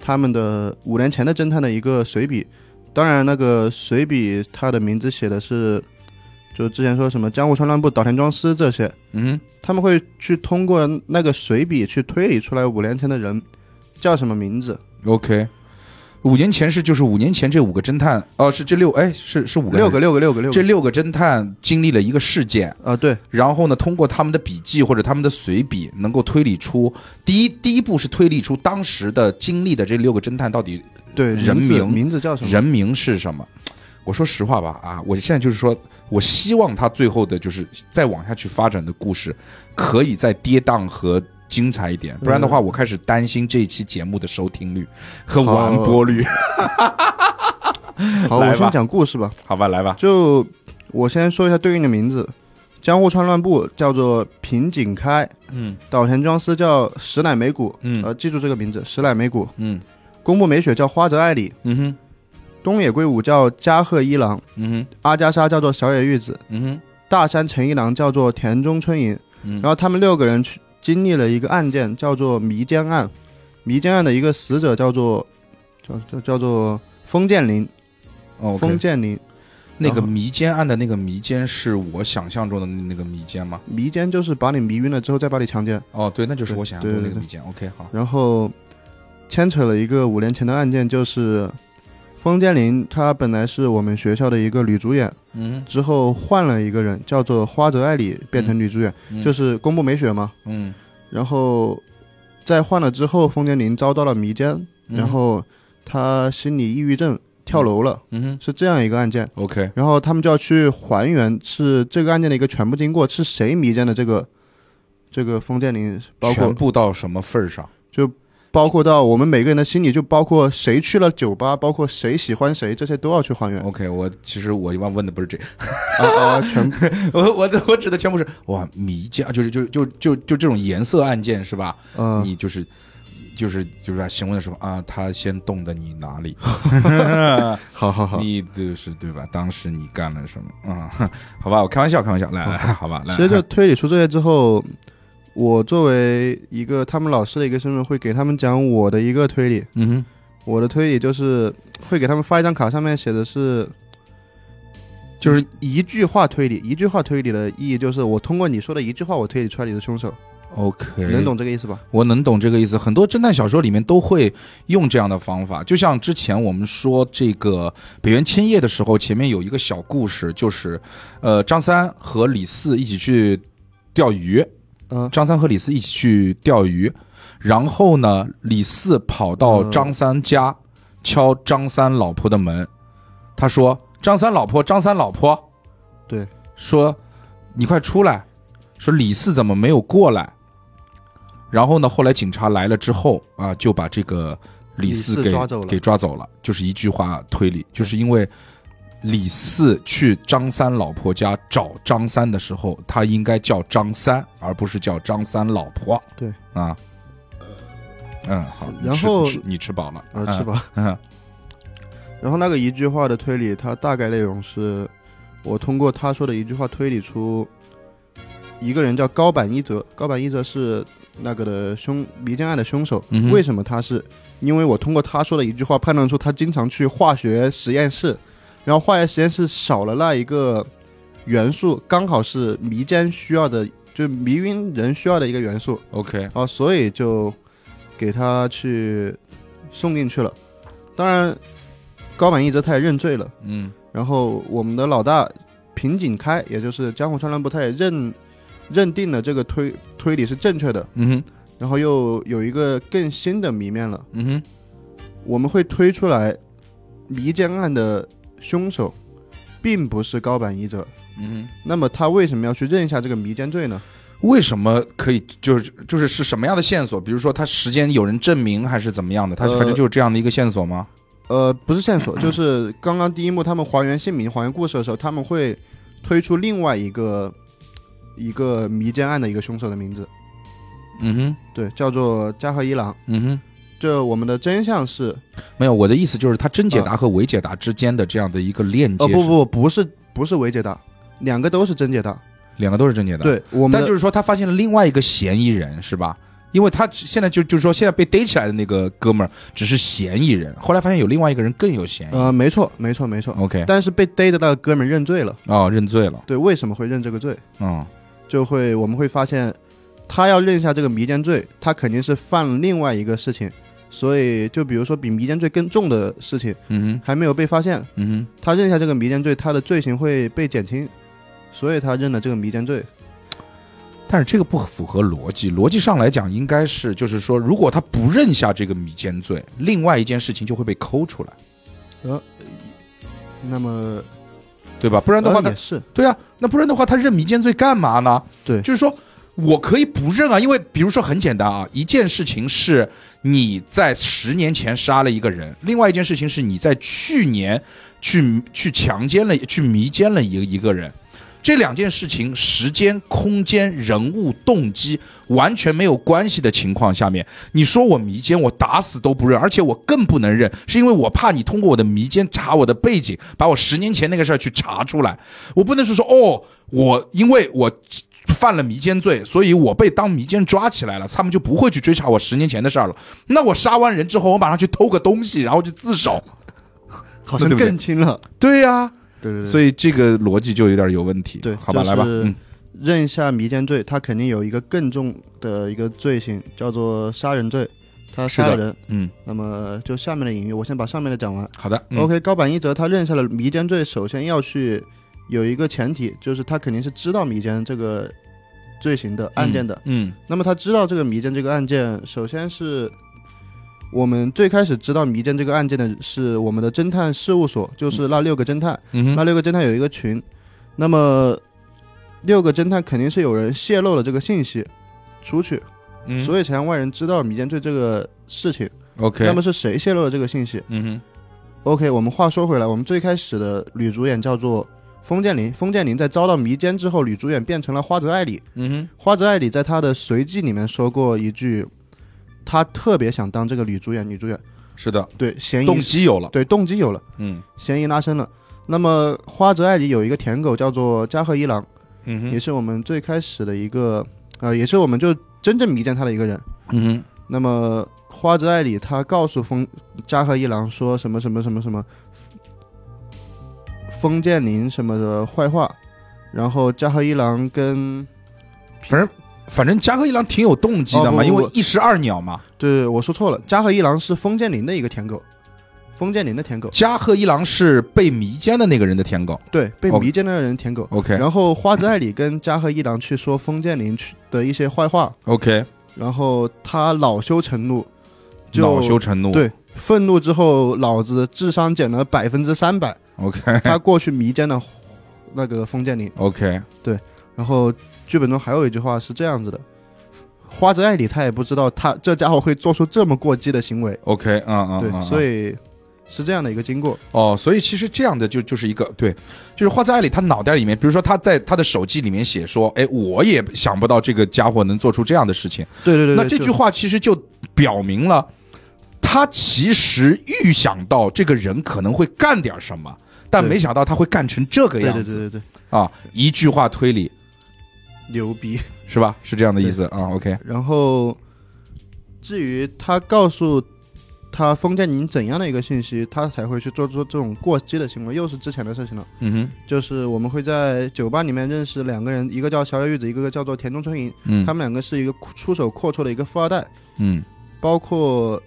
Speaker 2: 他们的五年前的侦探的一个随笔。当然，那个随笔他的名字写的是，就之前说什么江户川乱步、岛田庄司这些，
Speaker 1: 嗯
Speaker 2: 他们会去通过那个随笔去推理出来五年前的人叫什么名字。
Speaker 1: 哼 OK。五年前是就是五年前这五个侦探，哦、是这六哎是是五个
Speaker 2: 六
Speaker 1: 还
Speaker 2: 个，六个，六个，六
Speaker 1: 是这
Speaker 2: 个。
Speaker 1: 六个侦探经历了一个事件，
Speaker 2: 啊，对，
Speaker 1: 然后呢，通过他们的笔记或者他们的随笔，能够推理出第一第一步是推理出当时的经历的这六个侦探到底
Speaker 2: 对，
Speaker 1: 人
Speaker 2: 名字
Speaker 1: 名
Speaker 2: 名字叫什么？
Speaker 1: 人名是什么。我说实话吧，啊，我现在就是说，我希望他最后的就是再往下去发展的故事，可以再跌宕和精彩一点，不然的话，我开始担心这一期节目的收听率和
Speaker 2: 好
Speaker 1: 完播率。
Speaker 2: 好，
Speaker 1: 来
Speaker 2: 我
Speaker 1: 吧
Speaker 2: 先讲故事吧。
Speaker 1: 好吧，来吧，
Speaker 2: 就我先说一下对应的名字，江户川乱步叫做平井开，
Speaker 1: 嗯
Speaker 2: 岛田庄司叫石乃美谷，
Speaker 1: 嗯
Speaker 2: 呃，记住这个名字，石乃美谷。
Speaker 1: 嗯
Speaker 2: 宫部美雪叫花泽爱里，
Speaker 1: 嗯哼
Speaker 2: 东野圭吾叫加贺一郎，
Speaker 1: 嗯哼
Speaker 2: 阿加莎叫做小野玉子，
Speaker 1: 嗯哼
Speaker 2: 大山诚一郎叫做田中春银。
Speaker 1: 嗯
Speaker 2: 然后他们六个人去经历了一个案件，叫做迷奸案。迷奸案的一个死者叫做叫叫叫做丰建林，
Speaker 1: 哦，
Speaker 2: 丰建林。
Speaker 1: 那个迷奸案的那个迷奸是我想象中的那个迷奸吗？
Speaker 2: 迷奸就是把你迷晕了之后再把你强奸，
Speaker 1: 哦，对，那就是我想象中的那个
Speaker 2: 对对对
Speaker 1: 迷奸。OK，好，
Speaker 2: 然后牵扯了一个五年前的案件，就是封建林，她本来是我们学校的一个女主演，
Speaker 1: 嗯
Speaker 2: 之后换了一个人，叫做花泽爱里，变成女主演，
Speaker 1: 嗯
Speaker 2: 就是宫部美雪嘛。
Speaker 1: 嗯，
Speaker 2: 然后在换了之后，封建林遭到了迷奸，
Speaker 1: 嗯
Speaker 2: 然后她心理抑郁症跳楼了，
Speaker 1: 嗯哼
Speaker 2: 是这样一个案件。
Speaker 1: ，OK，
Speaker 2: 然后他们就要去还原是这个案件的一个全部经过，是谁迷奸的这个这个封建林，包括
Speaker 1: 全部到什么份儿上？
Speaker 2: 包括到我们每个人的心里，就包括谁去了酒吧，包括谁喜欢谁，这些都要去还原
Speaker 1: OK，我其实我一般问的不是这，
Speaker 2: 啊啊！全部
Speaker 1: 我我的我指的全部是哇迷奸，就是就就就就这种颜色案件是吧？
Speaker 2: 呃，
Speaker 1: 你就是就是就是在询问的时候啊，他先动的你哪里？
Speaker 2: 好好好。
Speaker 1: 你就是对吧？当时你干了什么？啊、好吧，我开玩笑，开玩笑，来来，好吧，来，
Speaker 2: 其实就推理出这些之后，我作为一个他们老师的一个身份，会给他们讲我的一个推理。
Speaker 1: 嗯哼，
Speaker 2: 我的推理就是会给他们发一张卡，上面写的是，就是一句话推理。一句话推理的意义就是我通过你说的一句话，我推理出来你的凶手，
Speaker 1: OK，
Speaker 2: 能懂这个意思吧？
Speaker 1: 我能懂这个意思，很多侦探小说里面都会用这样的方法。就像之前我们说这个北原千叶的时候，前面有一个小故事，就是呃张三和李四一起去钓鱼，
Speaker 2: 嗯
Speaker 1: 张三和李四一起去钓鱼，然后呢，李四跑到
Speaker 2: 嗯
Speaker 1: 张三家敲张三老婆的门，他说：“张三老婆，张三老婆。”
Speaker 2: 对，
Speaker 1: 说你快出来，说李四怎么没有过来？然后呢，后来警察来了之后啊，就把这个李四
Speaker 2: 李
Speaker 1: 给
Speaker 2: 四抓走了
Speaker 1: 给抓走了，就是一句话推理，就是因为李四去张三老婆家找张三的时候，他应该叫张三，而不是叫张三老婆。
Speaker 2: 对
Speaker 1: 啊，嗯，好，你
Speaker 2: 然
Speaker 1: 吃
Speaker 2: 后
Speaker 1: 你吃你吃饱了，
Speaker 2: 啊，是吧？
Speaker 1: 嗯？嗯
Speaker 2: 然后那个一句话的推理，它大概内容是，我通过他说的一句话推理出，一个人叫高坂一泽，高坂一泽是那个的凶迷奸案的凶手。
Speaker 1: 嗯哼
Speaker 2: 为什么他是？因为我通过他说的一句话判断出他经常去化学实验室，然后化学实验室少了那一个元素，刚好是迷奸需要的，就是迷晕人需要的一个元素，
Speaker 1: ，OK，
Speaker 2: 啊，所以就给他去送进去了。当然，高坂一泽他也认罪了。
Speaker 1: 嗯
Speaker 2: 然后我们的老大平井开，也就是江户川乱步，他也认认定了这个推推理是正确的。
Speaker 1: 嗯哼
Speaker 2: 然后又有一个更新的谜面了，
Speaker 1: 嗯哼，
Speaker 2: 我们会推出来迷奸案的凶手并不是高坂一泽。
Speaker 1: 嗯哼。
Speaker 2: 那么他为什么要去认一下这个迷奸罪呢？
Speaker 1: 为什么可以就是就是是什么样的线索？比如说他时间有人证明还是怎么样的？他
Speaker 2: 呃
Speaker 1: 反正就是这样的一个线索吗？
Speaker 2: 呃，不是线 索，就是刚刚第一幕他们还原姓名、还原故事的时候，他们会推出另外一个一个迷奸案的一个凶手的名字，
Speaker 1: 嗯哼，
Speaker 2: 对，叫做加贺一郎。
Speaker 1: 嗯哼，
Speaker 2: 这我们的真相是，
Speaker 1: 没有，我的意思就是他真解答和伪解答之间的这样的一个链接
Speaker 2: 哦
Speaker 1: 是，
Speaker 2: 不不不是不是伪解答，两个都是真解答。
Speaker 1: 两个都是真解答。，
Speaker 2: 对，我们
Speaker 1: 但
Speaker 2: 的
Speaker 1: 就是说他发现了另外一个嫌疑人是吧？因为他现在就就是说现在被逮起来的那个哥们儿只是嫌疑人，后来发现有另外一个人更有嫌疑。
Speaker 2: 呃，没错没错没错，
Speaker 1: 哦 OK，
Speaker 2: 但是被逮的那个哥们儿认罪了。
Speaker 1: 哦，认罪了。
Speaker 2: 对，为什么会认这个罪？
Speaker 1: 嗯
Speaker 2: 就会我们会发现，他要认下这个迷奸罪，他肯定是犯了另外一个事情，所以就比如说比迷奸罪更重的事情
Speaker 1: 嗯哼
Speaker 2: 还没有被发现，
Speaker 1: 嗯哼。
Speaker 2: 他认下这个迷奸罪，他的罪行会被减轻，所以他认了这个迷奸罪。
Speaker 1: 但是这个不符合逻辑，逻辑上来讲应该是，就是说，如果他不认下这个迷奸罪，另外一件事情就会被抠出来，
Speaker 2: 那么，
Speaker 1: 对吧？不然的话
Speaker 2: 呃
Speaker 1: 他，
Speaker 2: 也是
Speaker 1: 对啊，那不然的话，他认迷奸罪干嘛呢？
Speaker 2: 对
Speaker 1: 就是说我可以不认啊，因为比如说很简单啊，一件事情是你在十年前杀了一个人，另外一件事情是你在去年去去强奸了、去迷奸了一个一个人。这两件事情，时间、空间、人物、动机完全没有关系的情况下面，你说我迷奸，我打死都不认，而且我更不能认，是因为我怕你通过我的迷奸查我的背景，把我十年前那个事儿去查出来。我不能是说哦，我因为我犯了迷奸罪，所以我被当迷奸抓起来了，他们就不会去追查我十年前的事儿了。那我杀完人之后，我马上去偷个东西，然后去自首，
Speaker 2: 好
Speaker 1: 像
Speaker 2: 像
Speaker 1: 更
Speaker 2: 更轻了。
Speaker 1: 对呀、
Speaker 2: 对对对，
Speaker 1: 所以这个逻辑就有点有问题。
Speaker 2: 对
Speaker 1: 好吧，
Speaker 2: 就是
Speaker 1: 来吧，嗯，
Speaker 2: 认一下迷奸罪，他肯定有一个更重的一个罪行，叫做杀人罪，他杀了
Speaker 1: 是
Speaker 2: 人。
Speaker 1: 嗯，
Speaker 2: 那么就下面的隐喻，我先把上面的讲完。
Speaker 1: 好的，嗯
Speaker 2: OK，高坂一哲他认下了迷奸罪，首先要去有一个前提，就是他肯定是知道迷奸这个罪行的案件的。
Speaker 1: 嗯
Speaker 2: 那么他知道这个迷奸这个案件，首先是我们最开始知道迷奸这个案件的是我们的侦探事务所，就是那六个侦探，
Speaker 1: 嗯哼
Speaker 2: 那六个侦探有一个群，那么六个侦探肯定是有人泄露了这个信息出去，
Speaker 1: 嗯，
Speaker 2: 所以才让外人知道迷奸罪这个事情。
Speaker 1: OK，
Speaker 2: 那么是谁泄露了这个信息？
Speaker 1: 嗯
Speaker 2: OK，我们话说回来，我们最开始的女主演叫做封建林。封建林在遭到迷奸之后，女主演变成了花泽爱里。
Speaker 1: 哼嗯哼
Speaker 2: 花泽爱里在她的随记里面说过一句，她特别想当这个女主演。女主演
Speaker 1: 是的，
Speaker 2: 对嫌疑
Speaker 1: 动机有了，
Speaker 2: 对动机有了，
Speaker 1: 嗯
Speaker 2: 嫌疑拉伸了。那么花泽爱里有一个舔狗叫做加贺一郎，
Speaker 1: 嗯
Speaker 2: 也是我们最开始的一个，呃，也是我们就真正迷奸他的一个人。
Speaker 1: 嗯
Speaker 2: 那么花泽爱里他告诉风加贺一郎说什么什么什么什么，封建林什么的坏话，然后加贺一郎跟
Speaker 1: 哼，反正反正加贺一郎挺有动机的嘛，
Speaker 2: 哦不不
Speaker 1: 因为
Speaker 2: 不
Speaker 1: 一石二鸟嘛。
Speaker 2: 对我说错了，加贺一郎是封建林的一个舔狗，封建林的舔狗，
Speaker 1: 加贺一郎是被迷奸的那个人的舔狗
Speaker 2: 对被
Speaker 1: 哦
Speaker 2: 迷奸的人舔狗。
Speaker 1: ，OK
Speaker 2: 然后花泽爱里跟加贺一郎去说封建林去的一些坏话，
Speaker 1: OK，
Speaker 2: 然后他恼羞成怒，就
Speaker 1: 恼羞成怒，
Speaker 2: 对愤怒之后，老子智商减了百分之三百。
Speaker 1: ，OK
Speaker 2: 他过去迷奸了那个封建林。
Speaker 1: OK，
Speaker 2: 然后剧本中还有一句话是这样子的：花泽爱里他也不知道他这家伙会做出这么过激的行为，
Speaker 1: OK，嗯嗯，
Speaker 2: 对，
Speaker 1: 嗯
Speaker 2: 所
Speaker 1: 嗯
Speaker 2: 以是这样的一个经过。
Speaker 1: 哦，所以其实这样的就就是一个对，就是花在爱里，他脑袋里面，比如说他在他的手机里面写说，哎，我也想不到这个家伙能做出这样的事情。
Speaker 2: 对对对，
Speaker 1: 那
Speaker 2: 对
Speaker 1: 这
Speaker 2: 就
Speaker 1: 句话其实就表明了，他其实预想到这个人可能会干点什么，但
Speaker 2: 对
Speaker 1: 没想到他会干成这个
Speaker 2: 对
Speaker 1: 样
Speaker 2: 对
Speaker 1: 子
Speaker 2: 对对对，
Speaker 1: 啊！一句话推理
Speaker 2: 牛逼。
Speaker 1: 是吧？是这样的意思啊？OK，
Speaker 2: 然后至于他告诉他封建林怎样的一个信息，他才会去做出这种过激的行为，又是之前的事情了。
Speaker 1: 嗯哼，
Speaker 2: 就是我们会在酒吧里面认识两个人，一个叫小野玉子，一个叫做田中春银，
Speaker 1: 嗯，
Speaker 2: 他们两个是一个出手阔绰的一个富二代。
Speaker 1: 嗯
Speaker 2: 包括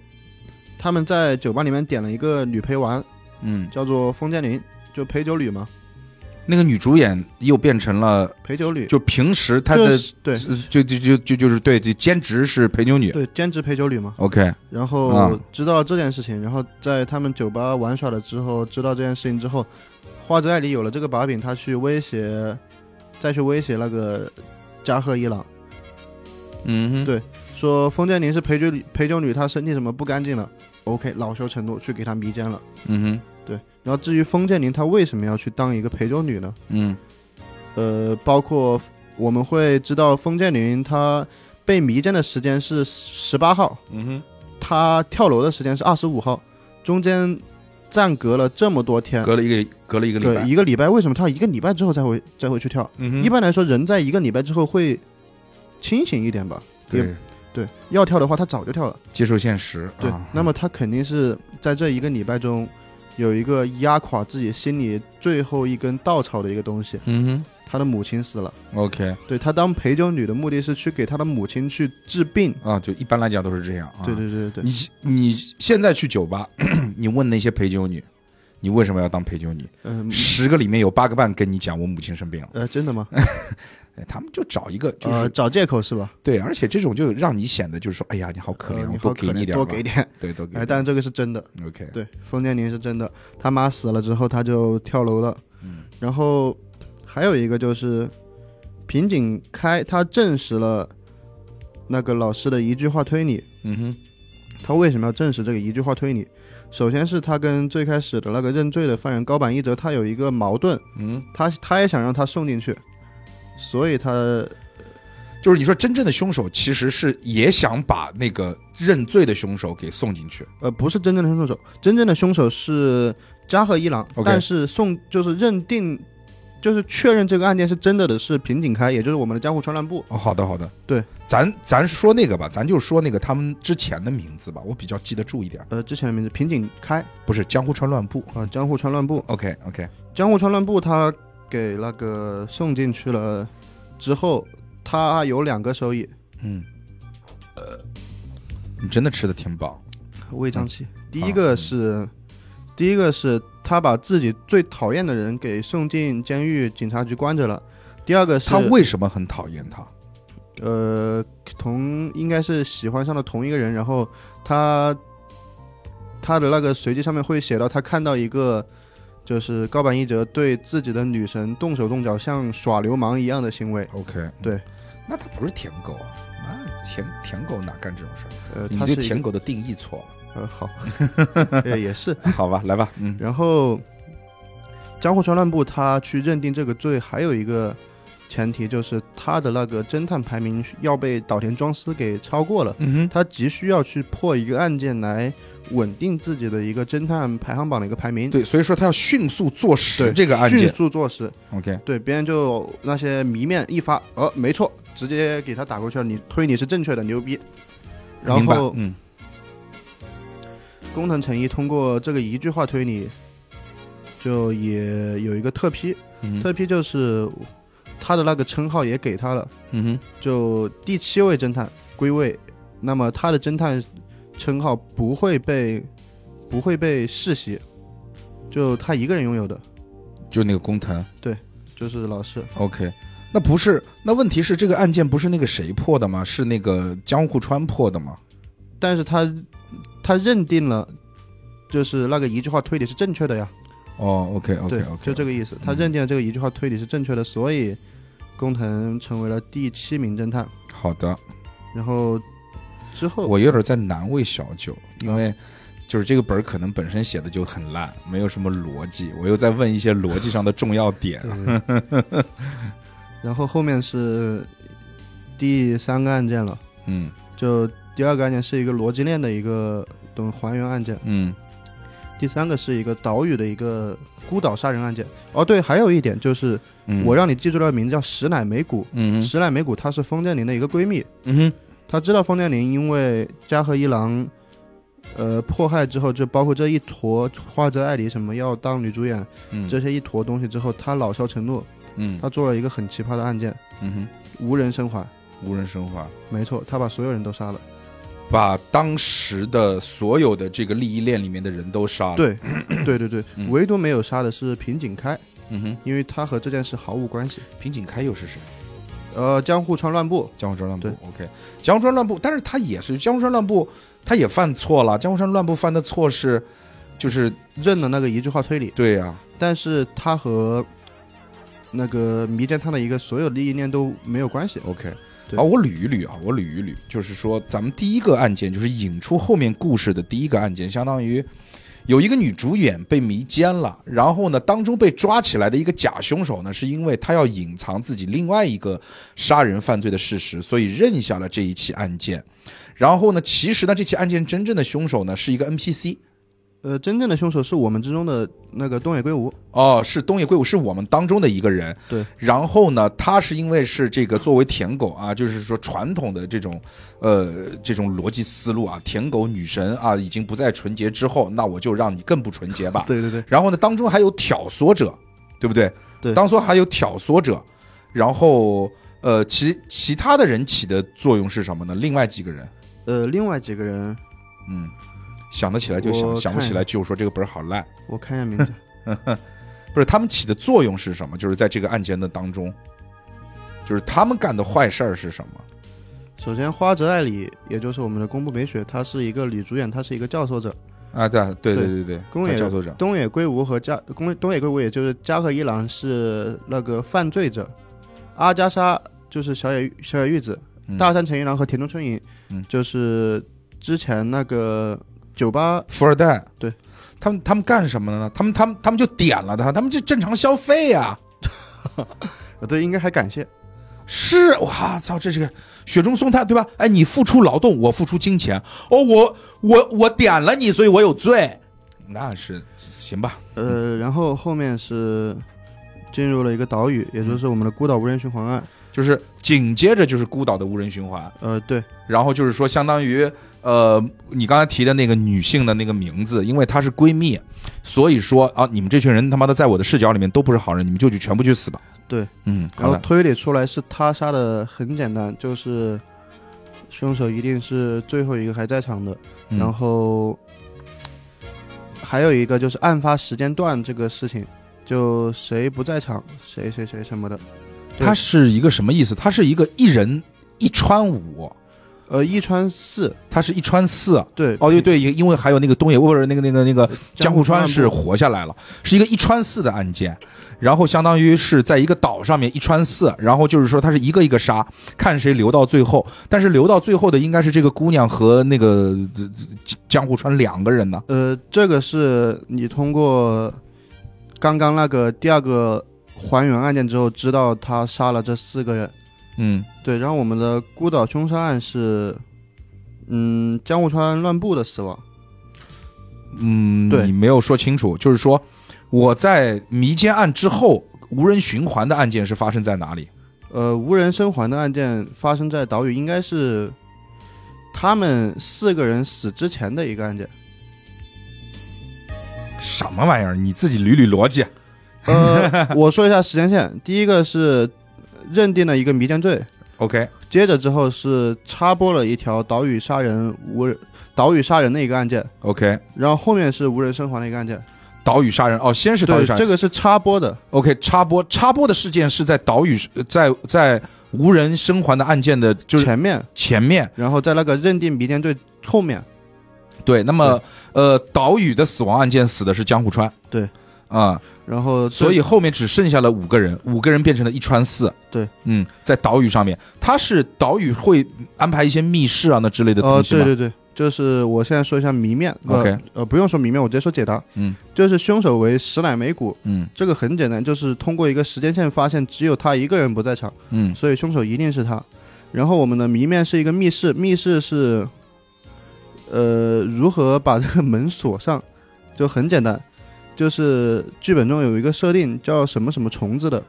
Speaker 2: 他们在酒吧里面点了一个女陪玩，
Speaker 1: 嗯，
Speaker 2: 叫做封建林，就陪酒女嘛，
Speaker 1: 那个女主演又变成了，
Speaker 2: 陪酒女。
Speaker 1: 就平时她
Speaker 2: 就
Speaker 1: 的
Speaker 2: 是对
Speaker 1: 就就就就就是对，就兼职是陪酒女。
Speaker 2: 对，兼职陪酒女嘛。
Speaker 1: OK，
Speaker 2: 然后
Speaker 1: 啊
Speaker 2: 知道这件事情，然后在他们酒吧玩耍了之后，知道这件事情之后，花泽爱里有了这个把柄，他去威胁，再去威胁那个加贺一郎，
Speaker 1: 嗯哼，
Speaker 2: 对说封建林是陪酒女，陪酒女她身体怎么不干净了？OK，恼羞成怒去给她迷奸了。
Speaker 1: 嗯
Speaker 2: 对，然后至于封建林她为什么要去当一个陪酒女呢？
Speaker 1: 哼，嗯
Speaker 2: 呃，包括我们会知道封建林他被迷奸的时间是十八号，
Speaker 1: 嗯
Speaker 2: 他跳楼的时间是二十五号，中间暂隔了这么多天，
Speaker 1: 隔了一个隔了一个礼
Speaker 2: 呃对
Speaker 1: 拜，
Speaker 2: 一个礼拜，为什么他一个礼拜之后才会才会去跳？
Speaker 1: 嗯
Speaker 2: 一般来说，人在一个礼拜之后会清醒一点吧？也
Speaker 1: 对，
Speaker 2: 对，要跳的话他早就跳了。
Speaker 1: 接受现实，
Speaker 2: 对，
Speaker 1: 啊
Speaker 2: 那么他肯定是在这一个礼拜中有一个压垮自己心里最后一根稻草的一个东西，
Speaker 1: 嗯
Speaker 2: 他的母亲死了。
Speaker 1: 哼，OK
Speaker 2: 对他当陪酒女的目的是去给他的母亲去治病。
Speaker 1: 啊，就一般来讲都是这样啊。
Speaker 2: 对，对对对
Speaker 1: 你
Speaker 2: 对，
Speaker 1: 你现在去酒吧， 你问那些陪酒女，你为什么要当陪酒女？
Speaker 2: 嗯
Speaker 1: 十个里面有八个半跟你讲我母亲生病了，
Speaker 2: 呃，真的吗？
Speaker 1: 哎他们就找一个 就
Speaker 2: 呃，
Speaker 1: 是
Speaker 2: 找借口是吧？
Speaker 1: 对，而且这种就让你显得就是说，哎呀，你好可
Speaker 2: 呃
Speaker 1: 怜，
Speaker 2: 你
Speaker 1: 我
Speaker 2: 好
Speaker 1: 多
Speaker 2: 可
Speaker 1: 给
Speaker 2: 怜，
Speaker 1: 你点吧，
Speaker 2: 多给 点。
Speaker 1: 对，多给
Speaker 2: 哎，
Speaker 1: 你。
Speaker 2: 但这个是真的，
Speaker 1: OK，
Speaker 2: 对，封建林是真的，他妈死了之后他就跳楼了。
Speaker 1: 嗯
Speaker 2: 然后还有一个就是平井开，他证实了那个老师的一句话推理。
Speaker 1: 嗯哼，
Speaker 2: 他为什么要证实这个一句话推理？首先是他跟最开始的那个认罪的犯人高坂一哲，他有一个矛盾，
Speaker 1: 嗯。
Speaker 2: 他他也想让他送进去，所以他
Speaker 1: 就是你说真正的凶手其实是也想把那个认罪的凶手给送进去。
Speaker 2: 呃不是真正的凶手，真正的凶手是加贺一郎
Speaker 1: OK
Speaker 2: 但是送就是认定就是确认这个案件是真的的是平井开，也就是我们的江户川乱步。
Speaker 1: 哦，好的好的，
Speaker 2: 对，
Speaker 1: 咱咱说那个吧，咱就说那个他们之前的名字吧，我比较记得住一点，
Speaker 2: 呃，之前的名字平井开啊、
Speaker 1: 不是江户川乱步。
Speaker 2: 江户川乱步，
Speaker 1: OK OK，
Speaker 2: 江户川乱步他给那个送进去了之后，他有两个收益，
Speaker 1: 嗯，呃，你真的吃的挺饱，
Speaker 2: 胃
Speaker 1: 嗯
Speaker 2: 胀气。第
Speaker 1: 好
Speaker 2: 一个
Speaker 1: 嗯
Speaker 2: 是，第一个是他把自己最讨厌的人给送进监狱警察局关着了。第二个是
Speaker 1: 他为什么很讨厌他？
Speaker 2: 呃同应该是喜欢上了同一个人，然后他他的那个随机上面会写到他看到一个就是高坂一哲对自己的女神动手动脚，像耍流氓一样的行为。
Speaker 1: OK，嗯
Speaker 2: 对，
Speaker 1: 那他不是舔狗啊，那舔舔狗哪干这种事儿？
Speaker 2: 呃，
Speaker 1: 你
Speaker 2: 他是
Speaker 1: 对
Speaker 2: 一个
Speaker 1: 舔狗的定义错了。
Speaker 2: 呃 好，呃也是。
Speaker 1: 好吧，来吧，嗯，
Speaker 2: 然后江户川乱步他去认定这个罪，还有一个前提就是他的那个侦探排名要被岛田庄司给超过了。
Speaker 1: 嗯
Speaker 2: 他急需要去破一个案件来稳定自己的一个侦探排行榜的一个排名，
Speaker 1: 哼，对，所以说他要迅速坐实
Speaker 2: 对，
Speaker 1: 这个案
Speaker 2: 迅
Speaker 1: 件。
Speaker 2: 速坐实，
Speaker 1: OK，
Speaker 2: 对别人就那些迷面一发，呃，没错，直接给他打过去了，你推理是正确的，牛逼。然
Speaker 1: 明白
Speaker 2: 后
Speaker 1: 嗯，
Speaker 2: 工藤诚一通过这个一句话推理，就也有一个特批，
Speaker 1: 嗯哼
Speaker 2: 特批就是他的那个称号也给他了，
Speaker 1: 嗯哼，
Speaker 2: 就第七位侦探归位，那么他的侦探称号不会被不会被世袭，就他一个人拥有的，
Speaker 1: 就那个工藤。
Speaker 2: 就是老师。
Speaker 1: OK，那不是，那问题是这个案件不是那个谁破的吗？是那个江户川破的吗？
Speaker 2: 但是他他认定了，就是那个一句话推理是正确的呀
Speaker 1: 哦，OK OK
Speaker 2: 对
Speaker 1: OK，
Speaker 2: 就这个意思。他
Speaker 1: 嗯
Speaker 2: 认定了这个一句话推理是正确的，所以工藤成为了第七名侦探。
Speaker 1: 好的，
Speaker 2: 然后之后
Speaker 1: 我有点在难为小九，因为。就是这个本儿可能本身写的就很烂，没有什么逻辑。我又在问一些逻辑上的重要点。
Speaker 2: 对然后后面是第三个案件了，
Speaker 1: 嗯
Speaker 2: 就第二个案件是一个逻辑链的一个等还原案件，
Speaker 1: 嗯，
Speaker 2: 第三个是一个岛屿的一个孤岛杀人案件。哦，对，还有一点就是我让你记住了名字叫石乃美谷，
Speaker 1: 嗯
Speaker 2: 石乃美谷她是风间绫的一个闺蜜，
Speaker 1: 嗯哼
Speaker 2: 她知道风间绫因为加贺一郎。呃，迫害之后，就包括这一坨花泽爱里什么要当女主演
Speaker 1: 嗯
Speaker 2: 这些一坨东西之后，她恼羞成怒，
Speaker 1: 嗯
Speaker 2: 她做了一个很奇葩的案件，
Speaker 1: 嗯哼
Speaker 2: 无人生还。
Speaker 1: 无人生还，
Speaker 2: 没错，他把所有人都杀了。
Speaker 1: 把当时的所有的这个利益链里面的人都杀了。，
Speaker 2: 对，对对对
Speaker 1: 啊嗯，
Speaker 2: 唯独没有杀的是平井开，
Speaker 1: 嗯哼，
Speaker 2: 因为他和这件事毫无关系。
Speaker 1: 平井开又是谁？
Speaker 2: 呃，江户川乱步，
Speaker 1: 江户川乱步
Speaker 2: 对
Speaker 1: ，OK，江户川乱步，但是他也是江户川乱步，他也犯错了。江户川乱步犯的错是，就是
Speaker 2: 认了那个一句话推理，
Speaker 1: 对呀、
Speaker 2: 但是他和那个迷奸他的一个所有利益链都没有关系。
Speaker 1: OK，
Speaker 2: 对
Speaker 1: 好，我捋一捋啊，我捋一捋，就是说咱们第一个案件就是引出后面故事的第一个案件，相当于有一个女主演被迷奸了，然后呢，当中被抓起来的一个假凶手呢，是因为他要隐藏自己另外一个杀人犯罪的事实，所以认下了这一起案件。然后呢，其实呢，这起案件真正的凶手呢是一个 NPC。
Speaker 2: 呃，真正的凶手是我们之中的那个东野圭吾，
Speaker 1: 哦，是东野圭吾，是我们当中的一个人。
Speaker 2: 对，
Speaker 1: 然后呢，他是因为是这个作为舔狗啊，就是说传统的这种，呃，这种逻辑思路啊，舔狗女神啊，已经不再纯洁之后，那我就让你更不纯洁吧。
Speaker 2: 对对对，
Speaker 1: 然后呢，当中还有挑唆者，对不对？
Speaker 2: 对
Speaker 1: 当中还有挑唆者，然后呃，其其他的人起的作用是什么呢？另外几个人，
Speaker 2: 呃，另外几个人，
Speaker 1: 嗯，想得起来就想，
Speaker 2: 我
Speaker 1: 想不
Speaker 2: 看
Speaker 1: 起来就说这个本儿好烂。
Speaker 2: 我看一下名 字，
Speaker 1: 不是他们起的作用是什么？就是在这个案件的当中，就是他们干的坏事儿是什么？
Speaker 2: 首先花泽爱里，也就是我们的宫部美雪，她是一个女主演，她是一个教授者，
Speaker 1: 啊，对对
Speaker 2: 对
Speaker 1: 对对
Speaker 2: 宫
Speaker 1: 对，
Speaker 2: 野
Speaker 1: 教授长，
Speaker 2: 东野圭吾和加宫东野圭吾，也就是加贺一郎是那个犯罪者，阿加莎就是小野小野玉子，
Speaker 1: 嗯
Speaker 2: 大山诚一郎和田中春银，
Speaker 1: 嗯
Speaker 2: 就是之前那个酒吧，
Speaker 1: 富二代，
Speaker 2: 对
Speaker 1: 他们他们干什么呢？他们他们他们就点了他，他们就正常消费啊。
Speaker 2: 呃对，应该还感谢，
Speaker 1: 是，哇操，这是个雪中送炭，对吧？哎，你付出劳动，我付出金钱，哦，我我我点了你，所以我有罪，那是行吧？
Speaker 2: 呃，然后后面是进入了一个岛屿，也就是我们的孤岛无人循环案。
Speaker 1: 就是紧接着就是孤岛的无人循环，
Speaker 2: 呃，对，
Speaker 1: 然后就是说相当于呃，你刚才提的那个女性的那个名字，因为她是闺蜜，所以说啊，你们这群人他妈的在我的视角里面都不是好人，你们就去全部去死吧。
Speaker 2: 对，
Speaker 1: 嗯，
Speaker 2: 然
Speaker 1: 好
Speaker 2: 后
Speaker 1: 的，
Speaker 2: 推理出来是他杀的，很简单，就是凶手一定是最后一个还在场的。
Speaker 1: 嗯
Speaker 2: 然后还有一个就是案发时间段这个事情，就谁不在场，谁谁谁什么的。对
Speaker 1: 它是一个什么意思？它是一个一人一穿五，
Speaker 2: 呃，一川四，
Speaker 1: 它是一穿四。
Speaker 2: 对，
Speaker 1: 哦，对对，因因为还有那个东野不是那个那个那个江户川是
Speaker 2: 江户
Speaker 1: 活下来了，是一个一穿四的案件，然后相当于是在一个岛上面一穿四，然后就是说他是一个一个杀，看谁留到最后，但是留到最后的应该是这个姑娘和那个呃江户川两个人呢。
Speaker 2: 呃，这个是你通过刚刚那个第二个还原案件之后，知道他杀了这四个人。
Speaker 1: 嗯
Speaker 2: 对，然后我们的孤岛凶杀案是，嗯，江户川乱步的死亡。
Speaker 1: 嗯，
Speaker 2: 对
Speaker 1: 你没有说清楚，就是说我在迷奸案之后，无人循环的案件是发生在哪里？
Speaker 2: 呃，无人生还的案件发生在岛屿，应该是他们四个人死之前的一个案件。
Speaker 1: 什么玩意儿？你自己捋捋逻辑。啊
Speaker 2: 呃，我说一下时间线，第一个是认定了一个迷奸罪，
Speaker 1: OK，
Speaker 2: 接着之后是插播了一条岛屿杀人无人岛屿杀人的一个案件，
Speaker 1: OK，
Speaker 2: 然后后面是无人生还的一个案件。
Speaker 1: 岛屿杀人哦，先是岛
Speaker 2: 对
Speaker 1: 屿杀，人，
Speaker 2: 这个是插播的。
Speaker 1: OK，插播插播的事件是在岛屿呃在在无人生还的案件的，就是
Speaker 2: 前面，
Speaker 1: 前面
Speaker 2: 然后在那个认定迷奸罪后面，
Speaker 1: 对。那么呃，岛屿的死亡案件死的是江户川，
Speaker 2: 对
Speaker 1: 啊、
Speaker 2: 然后
Speaker 1: 所以后面只剩下了五个人，五个人变成了一川四。
Speaker 2: 对，
Speaker 1: 嗯，在岛屿上面，他是岛屿会安排一些密室啊那之类的
Speaker 2: 呃，
Speaker 1: 东西
Speaker 2: 对
Speaker 1: 吗？
Speaker 2: 对对，就是我现在说一下谜面。呃
Speaker 1: OK
Speaker 2: 呃，不用说谜面，我直接说解答。
Speaker 1: 嗯，
Speaker 2: 就是凶手为石乃美谷，
Speaker 1: 嗯
Speaker 2: 这个很简单，就是通过一个时间线发现只有他一个人不在场，
Speaker 1: 嗯
Speaker 2: 所以凶手一定是他。然后我们的谜面是一个密室，密室是，呃，如何把这个门锁上，就很简单，就是剧本中有一个设定叫什么什么虫子的，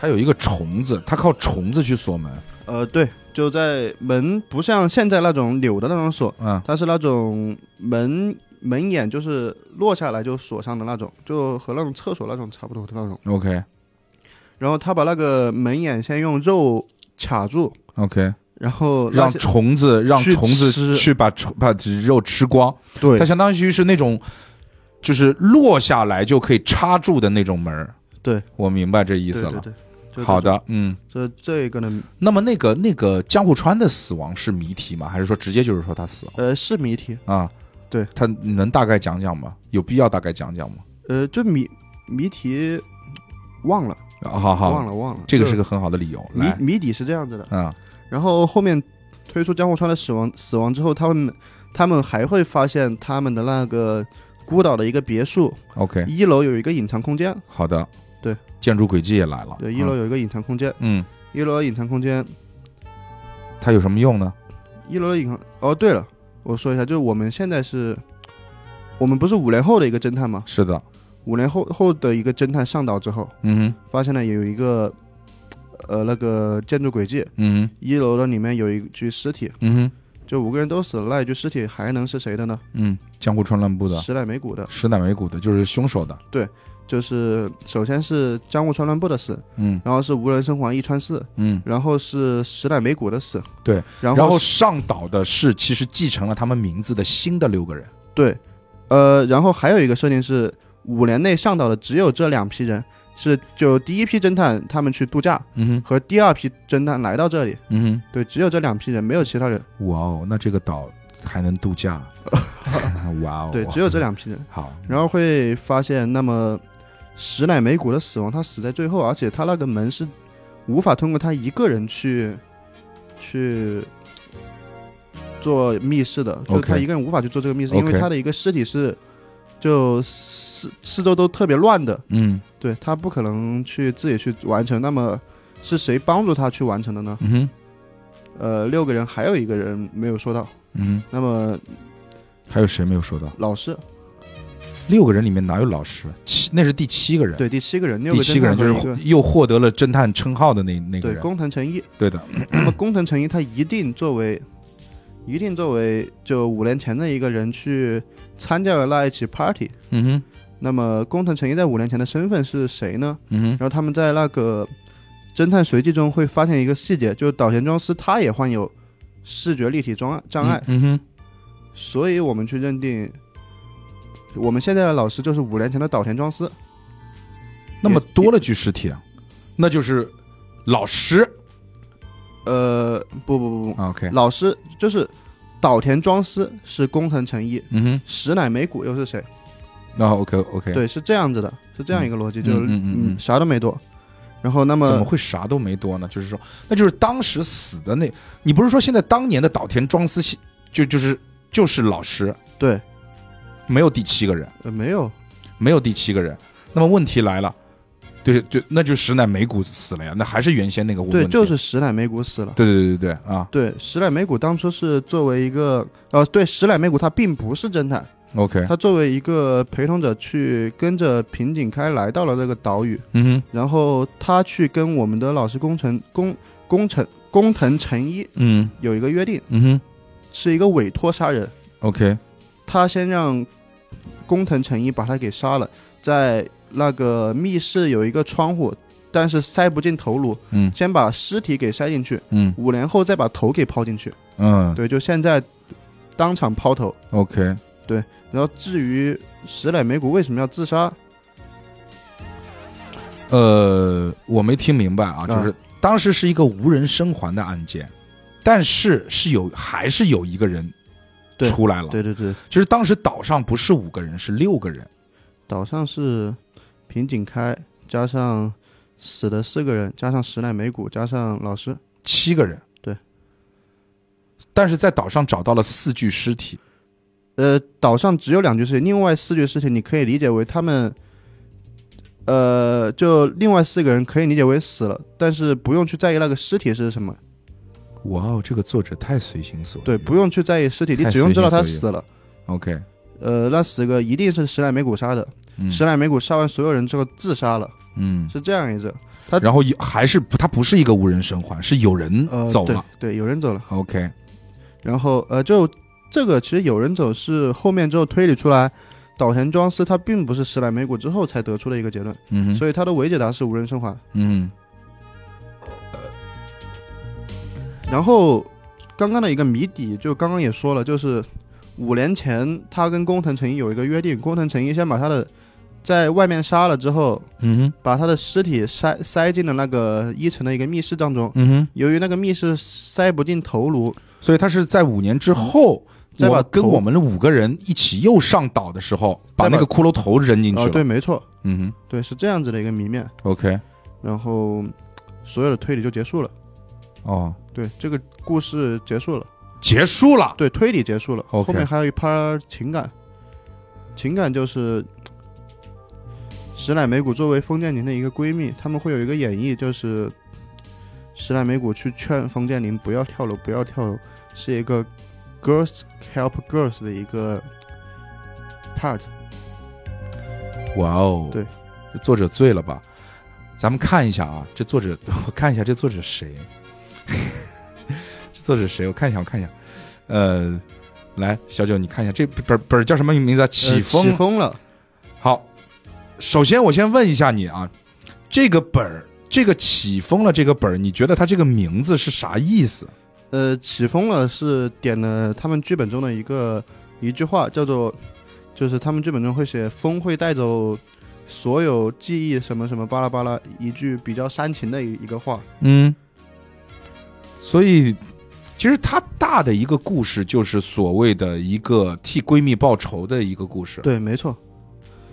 Speaker 1: 他有一个虫子，他靠虫子去锁门。
Speaker 2: 呃，对，就在门不像现在那种扭的那种锁，
Speaker 1: 嗯
Speaker 2: 它是那种门门眼就是落下来就锁上的那种，就和那种厕所那种差不多的那种。
Speaker 1: ，OK
Speaker 2: 然后他把那个门眼先用肉卡住，
Speaker 1: OK，
Speaker 2: 然后那
Speaker 1: 让
Speaker 2: 些
Speaker 1: 虫子让
Speaker 2: 去
Speaker 1: 虫子
Speaker 2: 吃
Speaker 1: 去把虫把肉吃光。它
Speaker 2: 对
Speaker 1: 相当于是那种，就是落下来就可以插住的那种门儿
Speaker 2: 对，
Speaker 1: 我明白这意
Speaker 2: 意
Speaker 1: 思了。
Speaker 2: 对对
Speaker 1: 好，的，嗯。
Speaker 2: 就这种这这一个呢，
Speaker 1: 那么那个那个江户川的死亡是谜题吗？还是说直接就是说他死了
Speaker 2: 呃，是谜题，
Speaker 1: 啊？
Speaker 2: 对，
Speaker 1: 他能大概讲讲吗？有必要大概讲讲吗？
Speaker 2: 呃，就谜谜题忘了，
Speaker 1: 啊好
Speaker 2: 忘
Speaker 1: 好，
Speaker 2: 了忘了，
Speaker 1: 这个
Speaker 2: 就是
Speaker 1: 个很好的理由。
Speaker 2: 谜
Speaker 1: 来，
Speaker 2: 谜底是这样子的，
Speaker 1: 嗯
Speaker 2: 然后后面推出江户川的死亡死亡之后，他们他们还会发现他们的那个孤岛的一个别墅
Speaker 1: ，OK，
Speaker 2: 一楼有一个隐藏空间，
Speaker 1: 好的，
Speaker 2: 对，
Speaker 1: 建筑轨迹也来了。
Speaker 2: 对，一楼有一个隐藏空间，
Speaker 1: 嗯，
Speaker 2: 一楼的隐藏空间，
Speaker 1: 嗯，它有什么用呢？
Speaker 2: 一楼的隐藏。哦，对了，我说一下，就是我们现在是，我们不是五年后的一个侦探吗？
Speaker 1: 是的，
Speaker 2: 五年后后的一个侦探上岛之后，
Speaker 1: 嗯哼
Speaker 2: 发现了有一个，呃，那个建筑轨迹，
Speaker 1: 嗯哼
Speaker 2: 一楼的里面有一具尸体，
Speaker 1: 嗯哼
Speaker 2: 就五个人都死了，那一具尸体还能是谁的呢？
Speaker 1: 嗯，江户川乱步的
Speaker 2: 石乃美谷的。
Speaker 1: 石乃美谷的，就是凶手的。
Speaker 2: 就是首先是江户川乱步的死，
Speaker 1: 嗯
Speaker 2: 然后是无人生还一川四，
Speaker 1: 嗯，
Speaker 2: 然后是石乃美谷的死，
Speaker 1: 对，
Speaker 2: 然
Speaker 1: 然后
Speaker 2: 后
Speaker 1: 上岛的是其实继承了他们名字的新的六个人，
Speaker 2: 对，呃，然后还有一个设定是五年内上岛的只有这两批人，是就第一批侦探他们去度假
Speaker 1: 嗯哼，
Speaker 2: 和第二批侦探来到这里，
Speaker 1: 嗯
Speaker 2: 对，只有这两批人，没有其他人，
Speaker 1: 哼，哇哦，那这个岛还能度假， 哇哦，
Speaker 2: 对，只有这两批人，
Speaker 1: 好，
Speaker 2: 然后会发现那么石乃美谷的死亡，他死在最后，而且他那个门是无法通过他一个人去去做密室的，就是
Speaker 1: OK
Speaker 2: 他一个人无法去做这个密室
Speaker 1: OK
Speaker 2: 因为他的一个尸体是就四四周都特别乱的，
Speaker 1: 嗯
Speaker 2: 对他不可能去自己去完成。那么是谁帮助他去完成的呢？
Speaker 1: 嗯哼
Speaker 2: 呃，六个人还有一个人没有说到，
Speaker 1: 嗯
Speaker 2: 那么
Speaker 1: 哼，还有谁没有说到？
Speaker 2: 老师
Speaker 1: 六个人里面哪有老师？七，那是第七个人。
Speaker 2: 对，第七个人，六
Speaker 1: 第
Speaker 2: 个
Speaker 1: 七
Speaker 2: 侦
Speaker 1: 个
Speaker 2: 探
Speaker 1: 人就是
Speaker 2: 和一
Speaker 1: 获
Speaker 2: 个
Speaker 1: 又获得了侦探称号的那那个
Speaker 2: 对
Speaker 1: 人。
Speaker 2: 工藤诚一。
Speaker 1: 对的，
Speaker 2: 那么工藤诚一他一定作为，一定作为就五年前的一个人去参加了那一起 party。
Speaker 1: 嗯哼，
Speaker 2: 那么工藤诚一在五年前的身份是谁呢？
Speaker 1: 嗯
Speaker 2: 然后他们在那个侦探随机中会发现一个细节，就是岛田庄司他也患有视觉立体障碍障碍，
Speaker 1: 嗯哼，
Speaker 2: 所以我们去认定，我们现在的老师就是五年前的岛田庄司。
Speaker 1: 那么多了具尸体啊，那就是老师。
Speaker 2: 呃，不不不不，
Speaker 1: 啊 OK，
Speaker 2: 老师就是岛田庄司是工藤诚一，
Speaker 1: 嗯哼，
Speaker 2: 石乃美谷又是谁？
Speaker 1: 那 OK OK，，
Speaker 2: 对，是这样子的，是这样一个逻辑，就是
Speaker 1: 嗯嗯嗯嗯
Speaker 2: 啥都没多。然后那
Speaker 1: 怎么
Speaker 2: 么
Speaker 1: 会啥都没多呢？就是说，那就是当时死的那，你不是说现在当年的岛田庄司就就是就是老师，
Speaker 2: 对、
Speaker 1: 没有第七个人，
Speaker 2: 呃没有，
Speaker 1: 没有第七个人。那么问题来了，对，就那就石乃美谷死了呀，那还是原先那个问
Speaker 2: 对，
Speaker 1: 题
Speaker 2: 就是石乃美谷死了。
Speaker 1: 对对对对对啊
Speaker 2: 对，石乃美谷当初是作为一个呃，对，石乃美谷他并不是侦探，
Speaker 1: ，OK，
Speaker 2: 他作为一个陪同者去跟着平井开来到了这个岛屿，
Speaker 1: 嗯哼，
Speaker 2: 然后他去跟我们的老师工程工工程工藤诚一
Speaker 1: 嗯
Speaker 2: 有一个约定，
Speaker 1: 嗯哼
Speaker 2: 是一个委托杀人，
Speaker 1: ，OK，
Speaker 2: 他先让工藤诚一把他给杀了，在那个密室有一个窗户，但是塞不进头颅，
Speaker 1: 嗯
Speaker 2: 先把尸体给塞进去，
Speaker 1: 嗯
Speaker 2: 五年后再把头给抛进去，
Speaker 1: 嗯
Speaker 2: 对，就现在当场抛头。
Speaker 1: ，OK，
Speaker 2: 然后至于石乃美谷为什么要自杀，
Speaker 1: 呃，我没听明白啊，就
Speaker 2: 啊
Speaker 1: 是当时是一个无人生还的案件，但是是有还是有一个人
Speaker 2: 对
Speaker 1: 出来了。
Speaker 2: 对对对，
Speaker 1: 其实当时岛上不是五个人，是六个人。
Speaker 2: 岛上是平井开加上死的四个人，加上石乃美谷，加上老师，
Speaker 1: 七个人，
Speaker 2: 对。
Speaker 1: 但是在岛上找到了四具尸体，
Speaker 2: 呃，岛上只有两具尸体，另外四具尸体你可以理解为他们，呃，就另外四个人可以理解为死了，但是不用去在意那个尸体是什么，
Speaker 1: 哇哦，这个作者太随心所欲了。
Speaker 2: 对，不用去在意尸体，你
Speaker 1: 嗯太
Speaker 2: 只
Speaker 1: 随
Speaker 2: 用知
Speaker 1: 心
Speaker 2: 道他
Speaker 1: 所欲
Speaker 2: 死了。
Speaker 1: OK，
Speaker 2: 呃，那死个一定是石乃美谷杀的，
Speaker 1: 嗯
Speaker 2: 石乃美谷杀完所有人之后自杀了，
Speaker 1: 嗯，
Speaker 2: 是这样一个。
Speaker 1: 然后也还是不，他不是一个无人生还，是有人
Speaker 2: 呃，
Speaker 1: 嗯走
Speaker 2: 对
Speaker 1: 了。
Speaker 2: 对，有人走了。
Speaker 1: OK，
Speaker 2: 然后呃，就这个其实有人走是后面之后推理出来，岛田庄司他并不是石来美谷之后才得出的一个结论，
Speaker 1: 嗯哼，
Speaker 2: 所以他的伪解答是无人生还。
Speaker 1: 嗯
Speaker 2: 然后刚刚的一个谜底，就刚刚也说了，就是五年前他跟工藤诚一有一个约定，工藤诚一先把他的在外面杀了之后，
Speaker 1: 嗯哼，
Speaker 2: 把他的尸体塞塞进了那个一层的一个密室当中。
Speaker 1: 嗯哼，
Speaker 2: 由于那个密室塞不进头颅，
Speaker 1: 所以他是在五年之后。
Speaker 2: 再嗯把
Speaker 1: 我跟
Speaker 2: 头
Speaker 1: 我们的五个人一起又上岛的时候，把
Speaker 2: 再把
Speaker 1: 那个骷髅头扔进去
Speaker 2: 哦、
Speaker 1: 了。
Speaker 2: 对，，没错，
Speaker 1: 嗯
Speaker 2: 对，是这样子的一个谜面。
Speaker 1: 哼，OK，
Speaker 2: 然后所有的推理就结束了。
Speaker 1: 哦，
Speaker 2: 对，这个故事结束了，
Speaker 1: 结束了。
Speaker 2: 对，推理结束了
Speaker 1: OK
Speaker 2: 后面还有一趴儿情感，情感就是石乃美谷作为封建林的一个闺蜜，他们会有一个演绎，就是石乃美谷去劝封建林不要跳楼，不要跳楼，是一个 girls help girls 的一个 part，
Speaker 1: 哇哦，
Speaker 2: 对，
Speaker 1: 作者醉了吧？咱们看一下啊，这作者， 我看一下这作者谁？ 这作者谁？我看一下，我看一下。呃，来，小九，你看一下这本本叫什么名字啊？起风。
Speaker 2: 呃起风了，
Speaker 1: 好，首先我先问一下你啊，这个本儿，这个起风了这个本儿，你觉得它这个名字是啥意思？
Speaker 2: 呃，起风了是点了他们剧本中的一个一句话，叫做，就是他们剧本中会写风会带走所有记忆什么什么巴拉巴拉，一句比较煽情的一一个话。
Speaker 1: 嗯，所以其实它大的一个故事就是所谓的一个替闺蜜报仇的一个故事。
Speaker 2: 对，没错，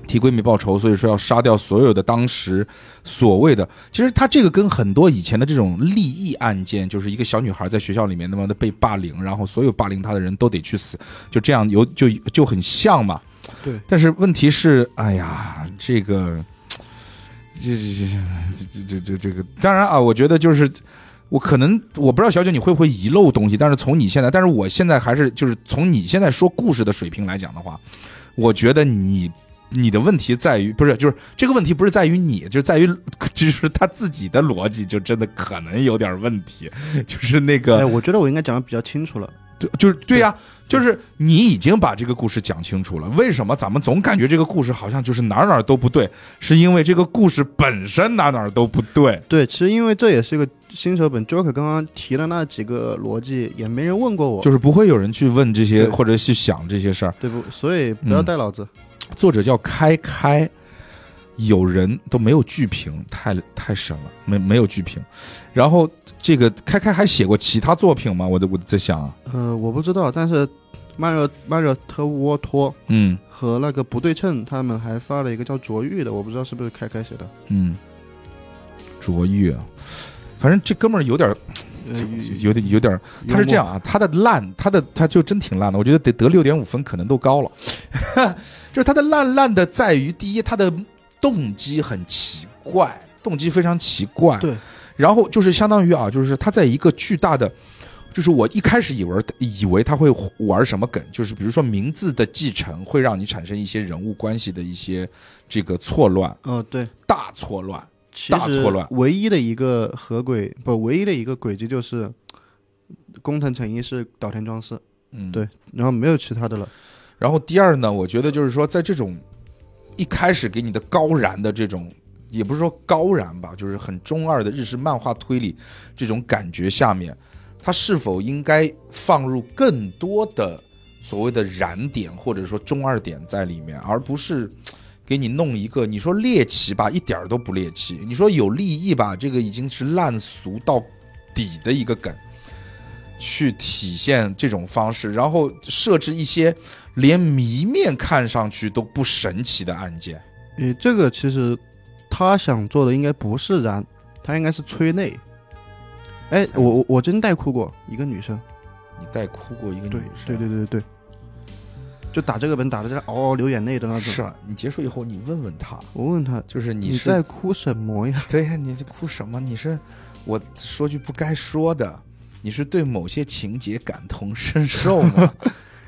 Speaker 1: 替闺蜜报仇，所以说要杀掉所有的当时所谓的。其实他这个跟很多以前的这种利益案件，就是一个小女孩在学校里面他妈的被霸凌，然后所有霸凌她的人都得去死，就这样有就就很像嘛。
Speaker 2: 对，
Speaker 1: 但是问题是，哎呀，这个，这这这这这这这个，当然啊，我觉得就是。我可能我不知道小九你会不会遗漏东西，但是从你现在，但是我现在还是就是从你现在说故事的水平来讲的话，我觉得你你的问题在于不是，就是这个问题不是在于你，就在于就是他自己的逻辑就真的可能有点问题，就是那个
Speaker 2: 哎，我觉得我应该讲的比较清楚了。
Speaker 1: 对，就是对呀、就是你已经把这个故事讲清楚了，为什么咱们总感觉这个故事好像就是哪儿哪儿都不对？是因为这个故事本身哪儿哪儿都不对。
Speaker 2: 对，其实因为这也是一个新手本，Joker 刚刚提的那几个逻辑，也没人问过我，
Speaker 1: 就是不会有人去问这些，
Speaker 2: 对
Speaker 1: 或者去想这些事儿。
Speaker 2: 对不？所以不要
Speaker 1: 嗯
Speaker 2: 带脑子。
Speaker 1: 作者叫开开，有人都没有剧评，太太神了，没没有剧评。然后这个开开还写过其他作品吗？我在我在想啊，
Speaker 2: 呃，我不知道，但是曼热曼热特沃托
Speaker 1: 嗯
Speaker 2: 和那个不对称，他们还发了一个叫卓玉的，我不知道是不是开开写的。
Speaker 1: 嗯，卓越，啊反正这哥们儿有点儿
Speaker 2: 呃，
Speaker 1: 有点有点儿他是这样，啊，他的烂，他的他就真挺烂的，我觉得得得六点五分可能都高了。 就是他的烂烂的在于，第一，他的动机很奇怪，动机非常奇怪。
Speaker 2: 对，
Speaker 1: 然后就是相当于啊，就是他在一个巨大的。就是我一开始以为以为他会玩什么梗，就是比如说名字的继承会让你产生一些人物关系的一些这个错乱，
Speaker 2: 哦，对，
Speaker 1: 大错乱。
Speaker 2: 其
Speaker 1: 大
Speaker 2: 实
Speaker 1: 错乱
Speaker 2: 唯一的一个合轨不，唯一的一个轨迹就是工藤诚一是岛田庄司，
Speaker 1: 嗯，
Speaker 2: 对然后没有其他的了。
Speaker 1: 然后第二呢，我觉得就是说，在这种一开始给你的高燃的这种，也不是说高燃吧，就是很中二的日式漫画推理这种感觉下面，它是否应该放入更多的所谓的燃点或者说中二点在里面，而不是。给你弄一个，你说猎奇吧，一点儿都不猎奇；你说有立意吧，这个已经是烂俗到底的一个梗，去体现这种方式，然后设置一些连谜面看上去都不神奇的案件。
Speaker 2: 呃，这个其实他想做的应该不是燃，他应该是催泪。哎，
Speaker 1: 嗯
Speaker 2: 我我我真带哭过一个女生，
Speaker 1: 你带哭过一个女
Speaker 2: 对
Speaker 1: 生，
Speaker 2: 对对对对对，就打这个本打的在那嗷嗷流眼泪的那种。
Speaker 1: 是啊。你结束以后，你问问他，
Speaker 2: 我问他
Speaker 1: 就是
Speaker 2: 你
Speaker 1: 是
Speaker 2: 在哭什么 呀？
Speaker 1: 对呀，你这哭什么？你是我说句不该说的，你是对某些情节感同身受 吗？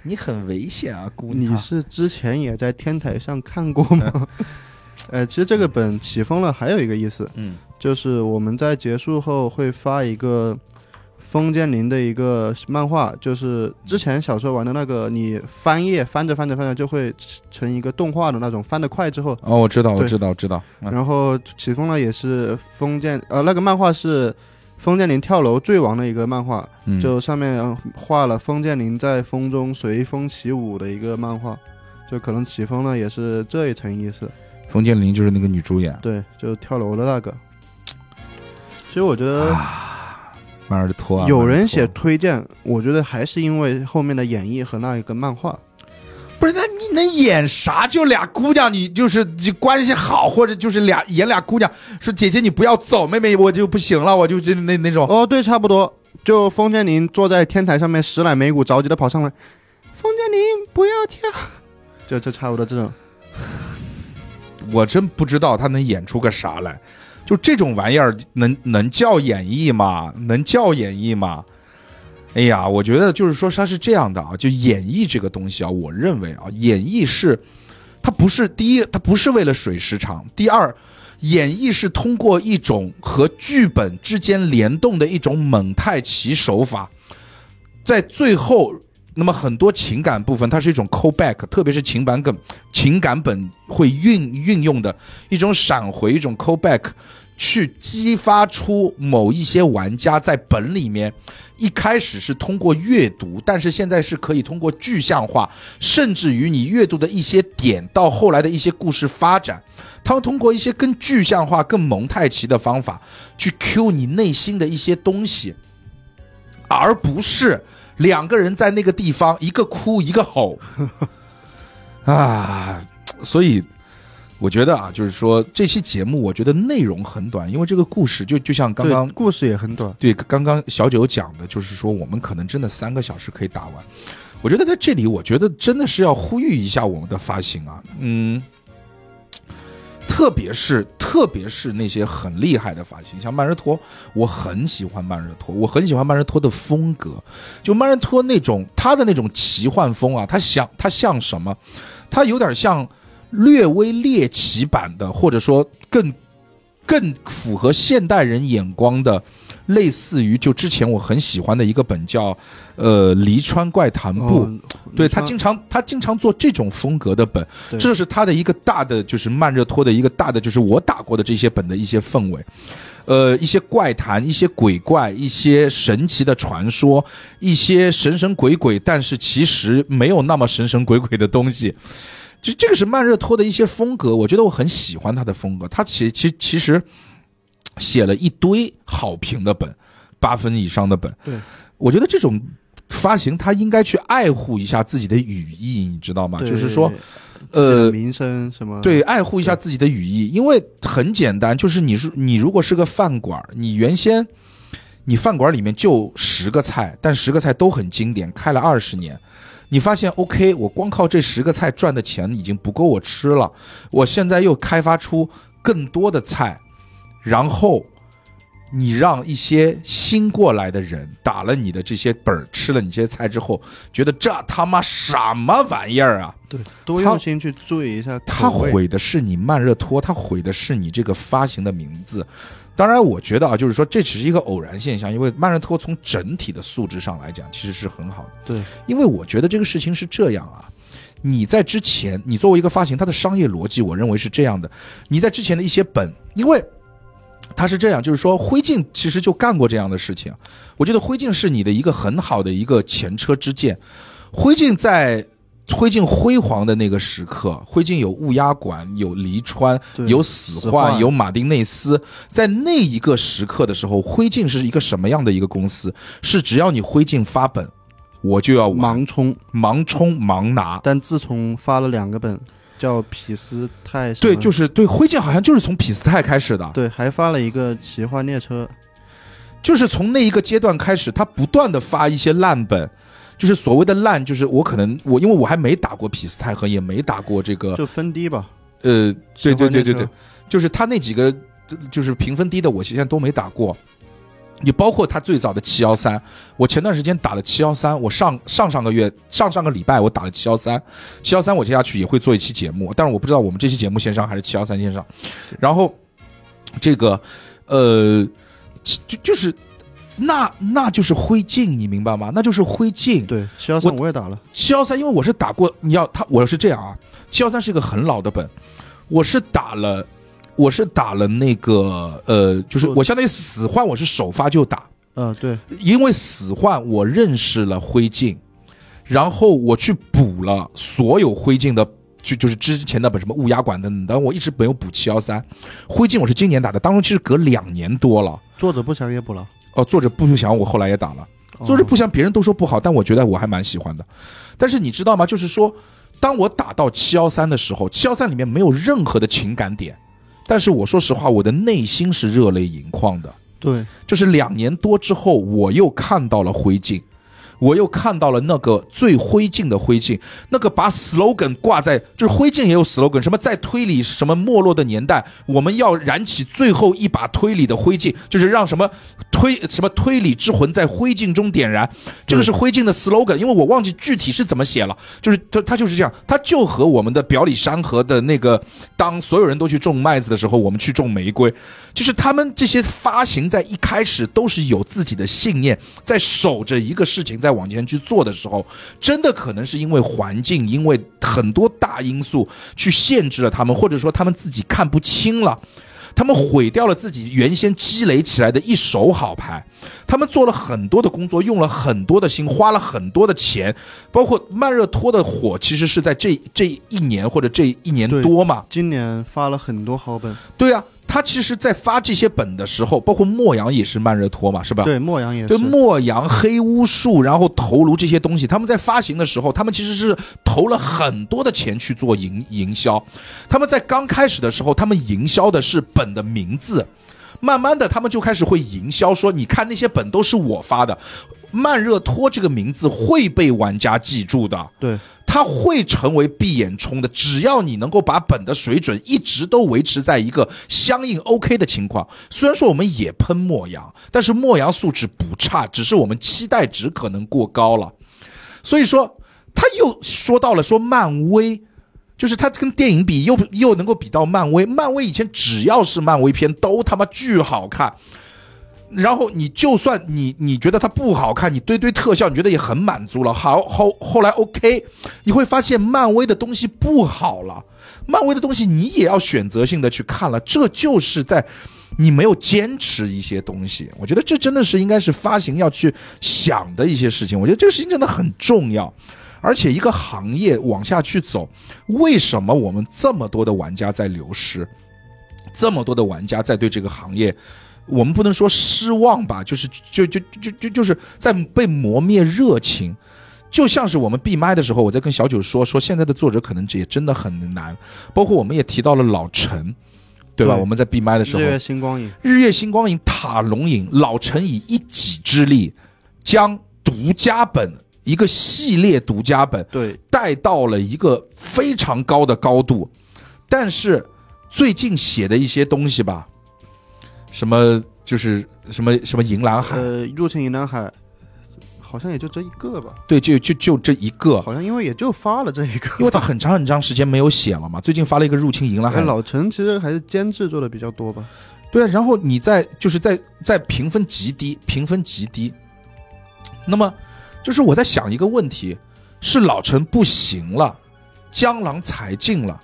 Speaker 1: 你很危险啊，姑
Speaker 2: 你
Speaker 1: 娘。
Speaker 2: 是之前也在天台上看过吗？ 呃，其实这个本起风了，还有一个意思，
Speaker 1: 嗯
Speaker 2: 就是我们在结束后会发一个封建林的一个漫画，就是之前小时候玩的那个，你翻页翻着翻着翻着就会成一个动画的那种，翻得快之后，
Speaker 1: 哦，我知道，我
Speaker 2: 对
Speaker 1: 知道，知道。嗯
Speaker 2: 然后起风了也是封建呃那个漫画是封建林跳楼坠亡的一个漫画，
Speaker 1: 嗯
Speaker 2: 就上面画了封建林在风中随风起舞的一个漫画，就可能起风了也是这一层意思。
Speaker 1: 冯建林就是那个女主演，
Speaker 2: 对，就跳楼的那个。其实我觉
Speaker 1: 呃
Speaker 2: 得
Speaker 1: 啊马尔托啊。
Speaker 2: 有
Speaker 1: 马尔
Speaker 2: 人
Speaker 1: 托
Speaker 2: 写推荐，我觉得还是因为后面的演绎和那一个漫画。
Speaker 1: 不是，那你能演啥？就俩姑娘，你就是就关系好，或者就是俩演俩姑娘，说姐姐你不要走，妹妹我就不行了，我就就那那种。
Speaker 2: 哦，对，差不多。就封建林坐在天台上面，十来美股着急的跑上来，封建林不要跳，就就差不多这种。
Speaker 1: 我真不知道他能演出个啥来，就这种玩意儿能能叫演绎吗？能叫演绎吗？哎呀，我觉得就是说他是这样的啊，就演绎这个东西啊，我认为啊，演绎是它不是第一，它不是为了水时长；第二，演绎是通过一种和剧本之间联动的一种蒙太奇手法，在最后，那么很多情感部分，它是一种 callback，特别是情感梗、情感本会运运用的一种闪回，一种 callback，去激发出某一些玩家在本里面一开始是通过阅读，但是现在是可以通过具象化，甚至于你阅读的一些点到后来的一些故事发展，他们通过一些更具象化、更蒙太奇的方法去 Q 你内心的一些东西，而不是两个人在那个地方一个哭一个吼 啊，所以。我觉得啊，就是说这期节目，我觉得内容很短，因为这个故事就就像刚刚
Speaker 2: 对故事也很短，
Speaker 1: 对，刚刚小九讲的就是说，我们可能真的三个小时可以打完。我觉得在这里，我觉得真的是要呼吁一下我们的发行啊，嗯，特别是特别是那些很厉害的发型，像曼热托，我很喜欢曼热托，我很喜欢曼热托的风格，就曼热托那种他的那种奇幻风啊，他像他像什么？他有点像略微猎奇版的，或者说更 更符合现代人眼光的，类似于就之前我很喜欢的一个本叫呃《黎川怪谈部》
Speaker 2: 哦
Speaker 1: 对
Speaker 2: 你
Speaker 1: 他
Speaker 2: 说
Speaker 1: 经常他经常做这种风格的本，
Speaker 2: 对
Speaker 1: 这是他的一个大的就是慢热托的一个大的就是我打过的这些本的一些氛围，呃，一些怪谈、一些鬼怪、一些神奇的传说、一些神神鬼鬼，但是其实没有那么神神鬼鬼的东西。就这个是慢热托的一些风格，我觉得我很喜欢他的风格。他其其其实写了一堆好评的本，八分以上的本。
Speaker 2: 对，
Speaker 1: 我觉得这种发行他应该去爱护一下自己的语义，你知道吗？
Speaker 2: 对
Speaker 1: 就是说，
Speaker 2: 呃
Speaker 1: 呃，
Speaker 2: 民生什么
Speaker 1: 对，爱护一下自己的语义，因为很简单，就是你是你如果是个饭馆儿，你原先你饭馆儿里面就十个菜，但十个菜都很经典，开了二十年。你发现 OK，我光靠这十个菜赚的钱已经不够我吃了，我现在又开发出更多的菜，然后你让一些新过来的人打了你的这些本儿，吃了你这些菜之后，觉得这他妈什么玩意儿啊！
Speaker 2: 对多用心去注意一下口
Speaker 1: 它
Speaker 2: 味
Speaker 1: 毁的是你慢热托，它毁的是你这个发行的名字。当然，我觉得啊，就是说这只是一个偶然现象，因为慢热托从整体的素质上来讲，其实是很好的。
Speaker 2: 对
Speaker 1: 因为我觉得这个事情是这样啊，你在之前，你作为一个发行，它的商业逻辑，我认为是这样的。你在之前的一些本，因为它是这样，就是说灰烬其实就干过这样的事情。我觉得灰烬是你的一个很好的一个前车之鉴。灰烬在灰烬辉煌的那个时刻，灰烬有乌鸦馆，有黎川，
Speaker 2: 对
Speaker 1: 有
Speaker 2: 死
Speaker 1: 死
Speaker 2: 幻
Speaker 1: 幻，有马丁内斯。在那一个时刻的时候，灰烬是一个什么样的一个公司？是只要你灰烬发本，我就要玩
Speaker 2: 盲冲，
Speaker 1: 盲冲盲拿。
Speaker 2: 但自从发了两个本叫皮斯泰什么，
Speaker 1: 对，就是对灰烬好像就是从匹斯泰开始的，
Speaker 2: 对，还发了一个奇幻列车，
Speaker 1: 就是从那一个阶段开始，他不断的发一些烂本，就是所谓的烂，就是我可能我因为我还没打过匹斯泰和也没打过这个
Speaker 2: 就分低吧，
Speaker 1: 呃，对对
Speaker 2: 奇幻
Speaker 1: 对
Speaker 2: 列车
Speaker 1: 对对，就是他那几个就是评分低的，我现在都没打过。你包括他最早的七幺三，我前段时间打了七幺三，我上上上个月上上个礼拜我打了七幺三，七幺三我接下去也会做一期节目，但是我不知道我们这期节目线上还是七幺三线上。然后这个呃，其就就是那那就是灰烬，你明白吗？那就是灰烬。
Speaker 2: 对，七幺三我也打了，
Speaker 1: 七幺三，因为我是打过，你要他，我是这样啊，七幺三是一个很老的本，我是打了，我是打了那个呃，就是我相当于死幻，我是首发就打，
Speaker 2: 嗯，对，
Speaker 1: 因为死幻我认识了灰烬，然后我去补了所有灰烬的。就就是之前那本什么乌鸦馆等等，但我一直没有补七幺三，灰烬我是今年打的，当中其实隔两年多了。
Speaker 2: 作者不想也 补了，
Speaker 1: 哦，作者不想我后来也打了，
Speaker 2: 哦
Speaker 1: 做着不想，别人都说不好，但我觉得我还蛮喜欢的。但是你知道吗？就是说，当我打到七幺三的时候，七幺三里面没有任何的情感点，但是我说实话，我的内心是热泪盈眶的。
Speaker 2: 对，
Speaker 1: 就是两年多之后，我又看到了灰烬，我又看到了那个最灰烬的灰烬，那个把 slogan 挂在，就是灰烬也有 slogan，什么在推理什么没落的年代，我们要燃起最后一把推理的灰烬，就是让什么推什么推理之魂在灰烬中点燃，这个是灰烬的 slogan，因为我忘记具体是怎么写了，就是它它就是这样，它就和我们的表里山河的那个，当所有人都去种麦子的时候，我们去种玫瑰，就是他们这些发行在一开始都是有自己的信念，在守着一个事情在往前去做的时候，真的可能是因为环境，因为很多大因素去限制了他们，或者说他们自己看不清了。他们毁掉了自己原先积累起来的一手好牌，他们做了很多的工作，用了很多的心，花了很多的钱，包括慢热托的火，其实是在这这一年或者这一年
Speaker 2: 对
Speaker 1: 多嘛，
Speaker 2: 今年发了很多好本，
Speaker 1: 对啊，他其实，在发这些本的时候，包括莫阳也是慢热托嘛，是吧？
Speaker 2: 对，莫阳也
Speaker 1: 对，
Speaker 2: 是，
Speaker 1: 莫阳、黑巫术，然后头颅这些东西，他们在发行的时候，他们其实是投了很多的钱去做营营销。他们在刚开始的时候，他们营销的是本的名字，慢慢的他们就开始会营销说，你看那些本都是我发的，慢热托这个名字会被玩家记住的。
Speaker 2: 对，
Speaker 1: 它会成为闭眼冲的，只要你能够把本的水准一直都维持在一个相应 OK 的情况。虽然说我们也喷莫阳，但是莫阳素质不差，只是我们期待值可能过高了。所以说，他又说到了说漫威，就是它跟电影比又又能够比到漫威，漫威以前只要是漫威片都他妈巨好看。然后你就算你你觉得它不好看，你堆堆特效，你觉得也很满足了。好后后来 OK，你会发现漫威的东西不好了，漫威的东西你也要选择性的去看了，这就是在你没有坚持一些东西。我觉得这真的是应该是发行要去想的一些事情。我觉得这个事情真的很重要，而且一个行业往下去走，为什么我们这么多的玩家在流失，这么多的玩家在对这个行业？我们不能说失望吧，就是就就就就就是在被磨灭热情，就像是我们闭麦的时候，我在跟小九说说现在的作者可能也真的很难，包括我们也提到了老陈，对吧？
Speaker 2: 对
Speaker 1: 我们在闭麦的时候
Speaker 2: 日，月星光影，
Speaker 1: 日月星光影、塔龙影、老陈以一己之力，将独家本一个系列独家本
Speaker 2: 对，
Speaker 1: 带到了一个非常高的高度，但是最近写的一些东西吧，什么就是什么什么银蓝海，
Speaker 2: 呃，入侵银南海，好像也就这一个吧，
Speaker 1: 对，就就就这一个，
Speaker 2: 好像因为也就发了这一个。
Speaker 1: 啊因为他很长很长时间没有写了嘛，最近发了一个入侵银蓝海
Speaker 2: 哎，，老陈其实 还是监制做的比较多吧，
Speaker 1: 对，啊然后你在就是在在评分极低，评分极低。那么，就是我在想一个问题：是老陈不行了，江郎才尽了，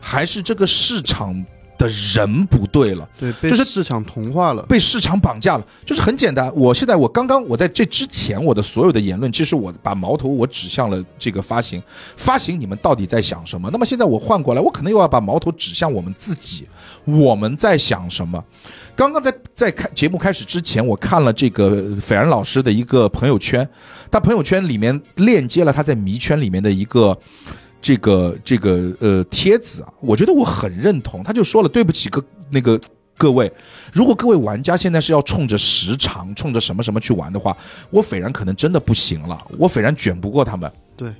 Speaker 1: 还是这个市场的人不对了？
Speaker 2: 对，被
Speaker 1: 就是
Speaker 2: 市场同化了，
Speaker 1: 被市场绑架了，就是很简单。我现在我刚刚我在这之前我的所有的言论，其实我把矛头我指向了这个发行，发行你们到底在想什么？那么现在我换过来，我可能又要把矛头指向我们自己，我们在想什么？刚刚在在开节目开始之前，我看了这个斐然老师的一个朋友圈，他朋友圈里面链接了他在迷圈里面的一个。这个这个呃帖子啊，我觉得我很认同。他就说了，对不起各那个各位，如果各位玩家现在是要冲着时长、冲着什么什么去玩的话，我斐然可能真的不行了，我斐然卷不过他们。
Speaker 2: 对，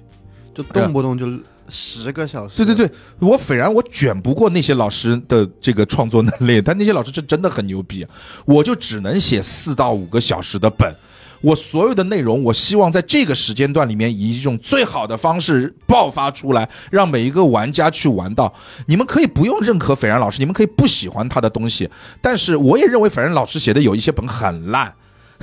Speaker 2: 就动不动就十个小时，
Speaker 1: 哎对对，对，我斐然我卷不过那些老师的这个创作能力，但那些老师是真的很牛逼，我就只能写四到五个小时的本。我所有的内容，我希望在这个时间段里面以一种最好的方式爆发出来，让每一个玩家去玩到。你们可以不用认可斐然老师，你们可以不喜欢他的东西，但是我也认为斐然老师写的有一些本很烂，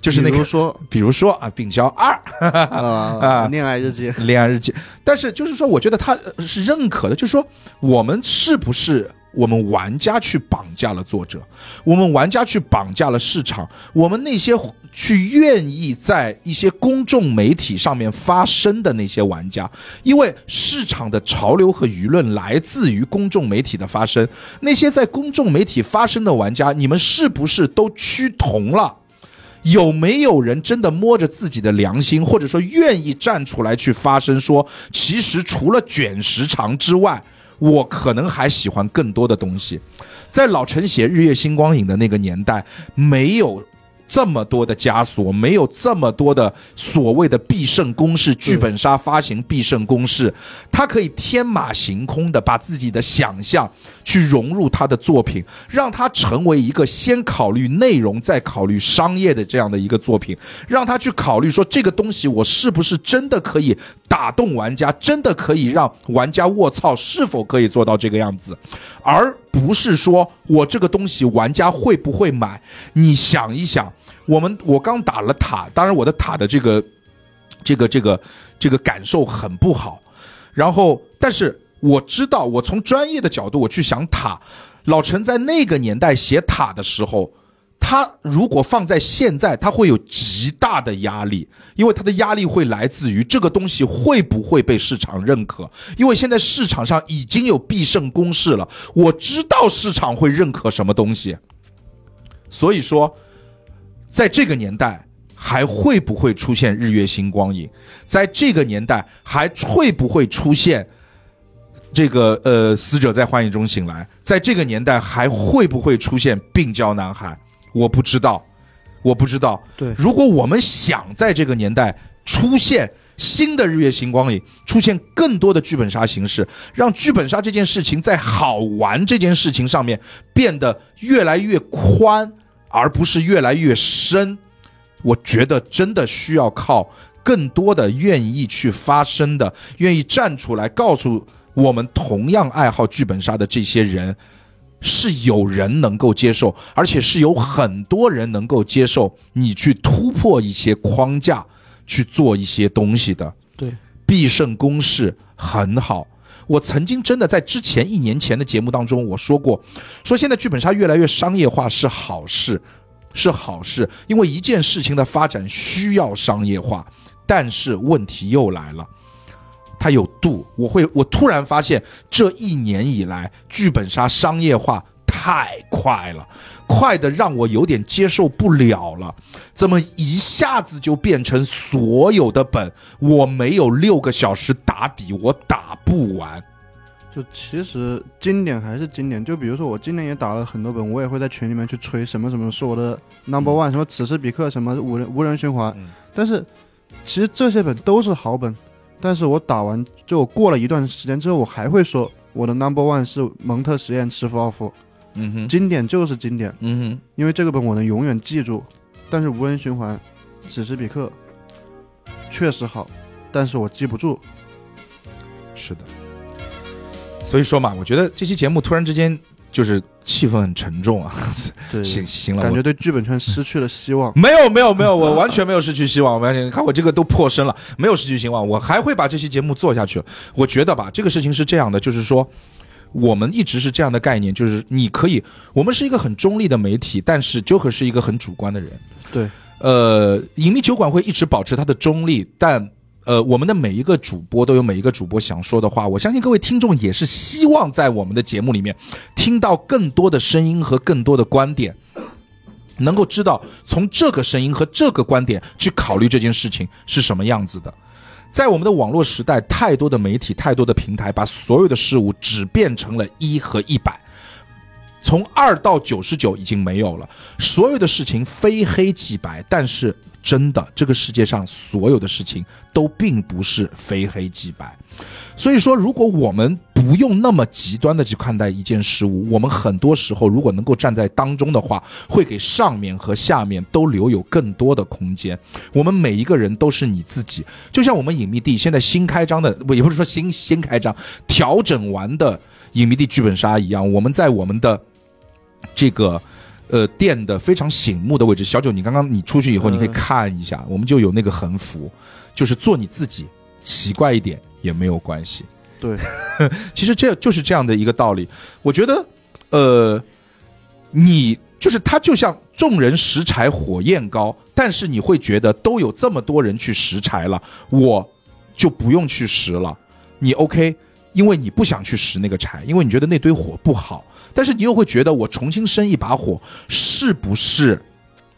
Speaker 1: 就是那
Speaker 2: 比
Speaker 1: 个
Speaker 2: 如，说
Speaker 1: 比如说啊，《病娇二》
Speaker 2: 啊，恋爱日记，
Speaker 1: 恋爱日记。但是就是说，我觉得他呃是认可的，就是说我们是不是我们玩家去绑架了作者，我们玩家去绑架了市场，我们那些去愿意在一些公众媒体上面发声的那些玩家，因为市场的潮流和舆论来自于公众媒体的发声，那些在公众媒体发声的玩家，你们是不是都趋同了？有没有人真的摸着自己的良心，或者说愿意站出来去发声说，其实除了卷时长之外，我可能还喜欢更多的东西。在老陈写《日月星光影》的那个年代，没有。这么多的枷锁，没有这么多的所谓的必胜公式，剧本杀发行必胜公式，他可以天马行空的把自己的想象去融入他的作品，让他成为一个先考虑内容再考虑商业的这样的一个作品，让他去考虑说这个东西我是不是真的可以打动玩家，真的可以让玩家卧槽，是否可以做到这个样子，而不是说我这个东西玩家会不会买。你想一想，我们我刚打了塔，当然我的塔的这个这个这个这个感受很不好，然后但是我知道，我从专业的角度我去想塔，老陈在那个年代写塔的时候。他如果放在现在，他会有极大的压力，因为他的压力会来自于这个东西会不会被市场认可。因为现在市场上已经有必胜公式了，我知道市场会认可什么东西，所以说，在这个年代还会不会出现日月星光影？在这个年代还会不会出现这个呃死者在幻影中醒来？在这个年代还会不会出现病娇男孩？我不知道，我不知道。
Speaker 2: 对
Speaker 1: 如果我们想在这个年代出现新的日月星光影，出现更多的剧本杀形式，让剧本杀这件事情在好玩这件事情上面变得越来越宽，而不是越来越深，我觉得真的需要靠更多的愿意去发声的、愿意站出来告诉我们同样爱好剧本杀的这些人，是有人能够接受，而且是有很多人能够接受你去突破一些框架，去做一些东西的。
Speaker 3: 对，
Speaker 1: 必胜公式很好。我曾经真的在之前一年前的节目当中，我说过，说现在剧本杀越来越商业化是好事，是好事，因为一件事情的发展需要商业化。但是问题又来了，它有度。我会，我突然发现这一年以来，剧本杀商业化太快了，快的让我有点接受不了了。怎么一下子就变成所有的本我没有六个小时打底，我打不完。
Speaker 2: 就其实经典还是经典，就比如说我今年也打了很多本，我也会在群里面去吹什么什么是我的 number one，什么此时彼刻，什么无人无人循环
Speaker 1: 嗯。
Speaker 2: 但是其实这些本都是好本，但是我打完就我过了一段时间之后，我还会说我的 number one 是蒙特实验吃夫奥夫，
Speaker 1: 嗯哼，
Speaker 2: 经典就是经典，
Speaker 1: 嗯哼。
Speaker 2: 因为这个本我能永远记住。但是无人循环，此时彼刻确实好，但是我记不住。
Speaker 1: 是的，所以说嘛，我觉得这期节目突然之间就是气氛很沉重 啊。
Speaker 2: 对，
Speaker 1: 行行了，
Speaker 2: 感
Speaker 1: 我
Speaker 2: 觉对剧本圈失去了 希望。
Speaker 1: 没有没有没有，我完全没有失去希望。我完全，你看我这个都破身了，没有失去希望，我还会把这期节目做下去。我觉得吧，这个事情是这样的，就是说。我们一直是这样的概念，就是你可以，我们是一个很中立的媒体，但是 Joker 是一个很主观的人。
Speaker 2: 对，
Speaker 1: 呃，隐秘酒馆会一直保持它的中立，但呃，我们的每一个主播都有每一个主播想说的话。我相信各位听众也是希望在我们的节目里面听到更多的声音和更多的观点，能够知道从这个声音和这个观点去考虑这件事情是什么样子的。在我们的网络时代，太多的媒体、太多的平台，把所有的事物只变成了一和一百，从二到九十九已经没有了。所有的事情非黑即白，但是真的，这个世界上所有的事情都并不是非黑即白。所以说，如果我们不用那么极端的去看待一件事物，我们很多时候如果能够站在当中的话，会给上面和下面都留有更多的空间。我们每一个人都是你自己，就像我们隐秘地现在新开张的，不也不是说新新开张调整完的隐秘地剧本杀一样，我们在我们的这个。呃，店的非常醒目的位置，小九，你刚刚你出去以后，
Speaker 2: 嗯
Speaker 1: 你可以看一下，我们就有那个横幅，就是做你自己，奇怪一点也没有关系。
Speaker 2: 对，
Speaker 1: 其实这就是这样的一个道理。我觉得，呃，你就是它就像众人拾柴火焰高，但是你会觉得都有这么多人去拾柴了，我就不用去拾了。你 OK，因为你不想去拾那个柴，因为你觉得那堆火不好，但是你又会觉得我重新生一把火是不是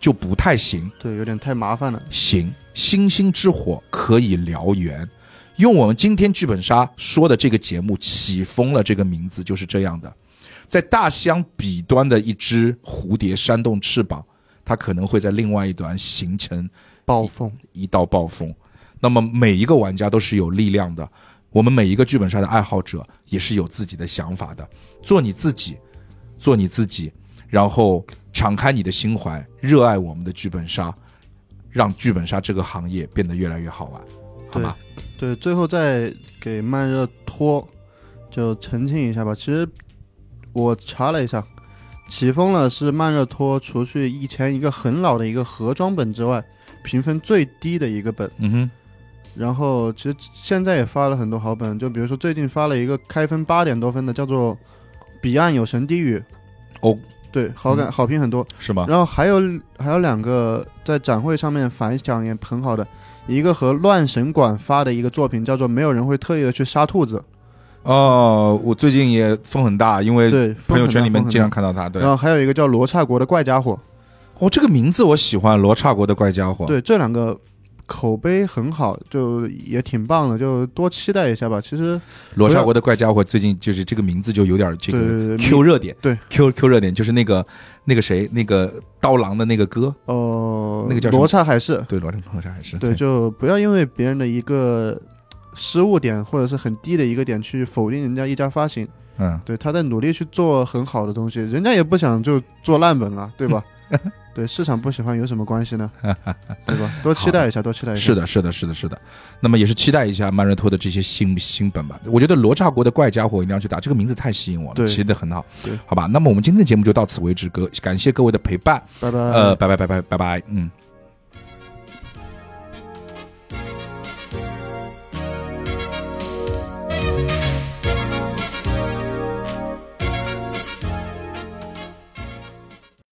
Speaker 1: 就不太行？
Speaker 2: 对，有点太麻烦了。
Speaker 1: 行，星星之火可以燎原。用我们今天剧本杀说的这个节目起风了，这个名字就是这样的。在大西洋彼端的一只蝴蝶扇动翅膀，它可能会在另外一端形成
Speaker 2: 暴风，
Speaker 1: 一道暴风。那么每一个玩家都是有力量的，我们每一个剧本杀的爱好者也是有自己的想法的。做你自己，做你自己，然后敞开你的心怀，热爱我们的剧本杀，让剧本杀这个行业变得越来越好玩，好
Speaker 2: 对
Speaker 1: 吗？
Speaker 2: 对，最后再给慢热拖，就澄清一下吧。其实我查了一下，起风了是慢热拖除去以前一个很老的一个盒装本之外，评分最低的一个本。
Speaker 1: 嗯哼，
Speaker 2: 然后其实现在也发了很多好本，就比如说最近发了一个开分八点多分的，叫做《彼岸有神低语》。
Speaker 1: 哦，啊
Speaker 2: 对，好感、好评很多。
Speaker 1: 是吗？
Speaker 2: 然后还有还有两个在展会上面反响也很好的，一个和乱神馆发的一个作品叫做《没有人会特意的去杀兔子
Speaker 1: 哦，我最近也风很大，因》，为
Speaker 2: 对，
Speaker 1: 哎朋友圈里面
Speaker 2: 风很大
Speaker 1: 经常。看到他。
Speaker 2: 风很大
Speaker 1: 对
Speaker 2: 然，后还有一个叫罗刹国的怪家伙，
Speaker 1: 哦，这个名字我喜欢，罗刹国的怪家伙。，
Speaker 2: 对这两个口碑很好，就也挺棒的，就多期待一下吧。其实
Speaker 1: 罗刹国的怪家伙最近就是这个名字就有点这
Speaker 2: 对
Speaker 1: 个
Speaker 2: 对对
Speaker 1: Q 热点，
Speaker 2: 对
Speaker 1: Q Q 热点就是那个那个谁，那个刀郎的那个歌，
Speaker 2: 哦，
Speaker 1: 那个叫什么
Speaker 2: 罗刹海市，
Speaker 1: 对，罗振罗刹还是
Speaker 2: 对，就不要因为别人的一个失误点或者是很低的一个点去否定人家一家发行。
Speaker 1: 嗯，
Speaker 2: 对，他在努力去做很好的东西，人家也不想就做烂本啊，对吧？对市场不喜欢有什么关系呢？对吧？多期待一下，多期待一下。
Speaker 1: 是的，是的，是的，是的。那么也是期待一下曼瑞托的这些新新本吧。我觉得罗刹国的怪家伙一定要去打，这个名字太吸引我了，
Speaker 2: 对
Speaker 1: 起得很好
Speaker 2: 对，
Speaker 1: 好吧？那么我们今天的节目就到此为止，各感谢各位的陪伴，
Speaker 2: 拜拜。
Speaker 1: 呃，拜拜拜拜拜拜，嗯。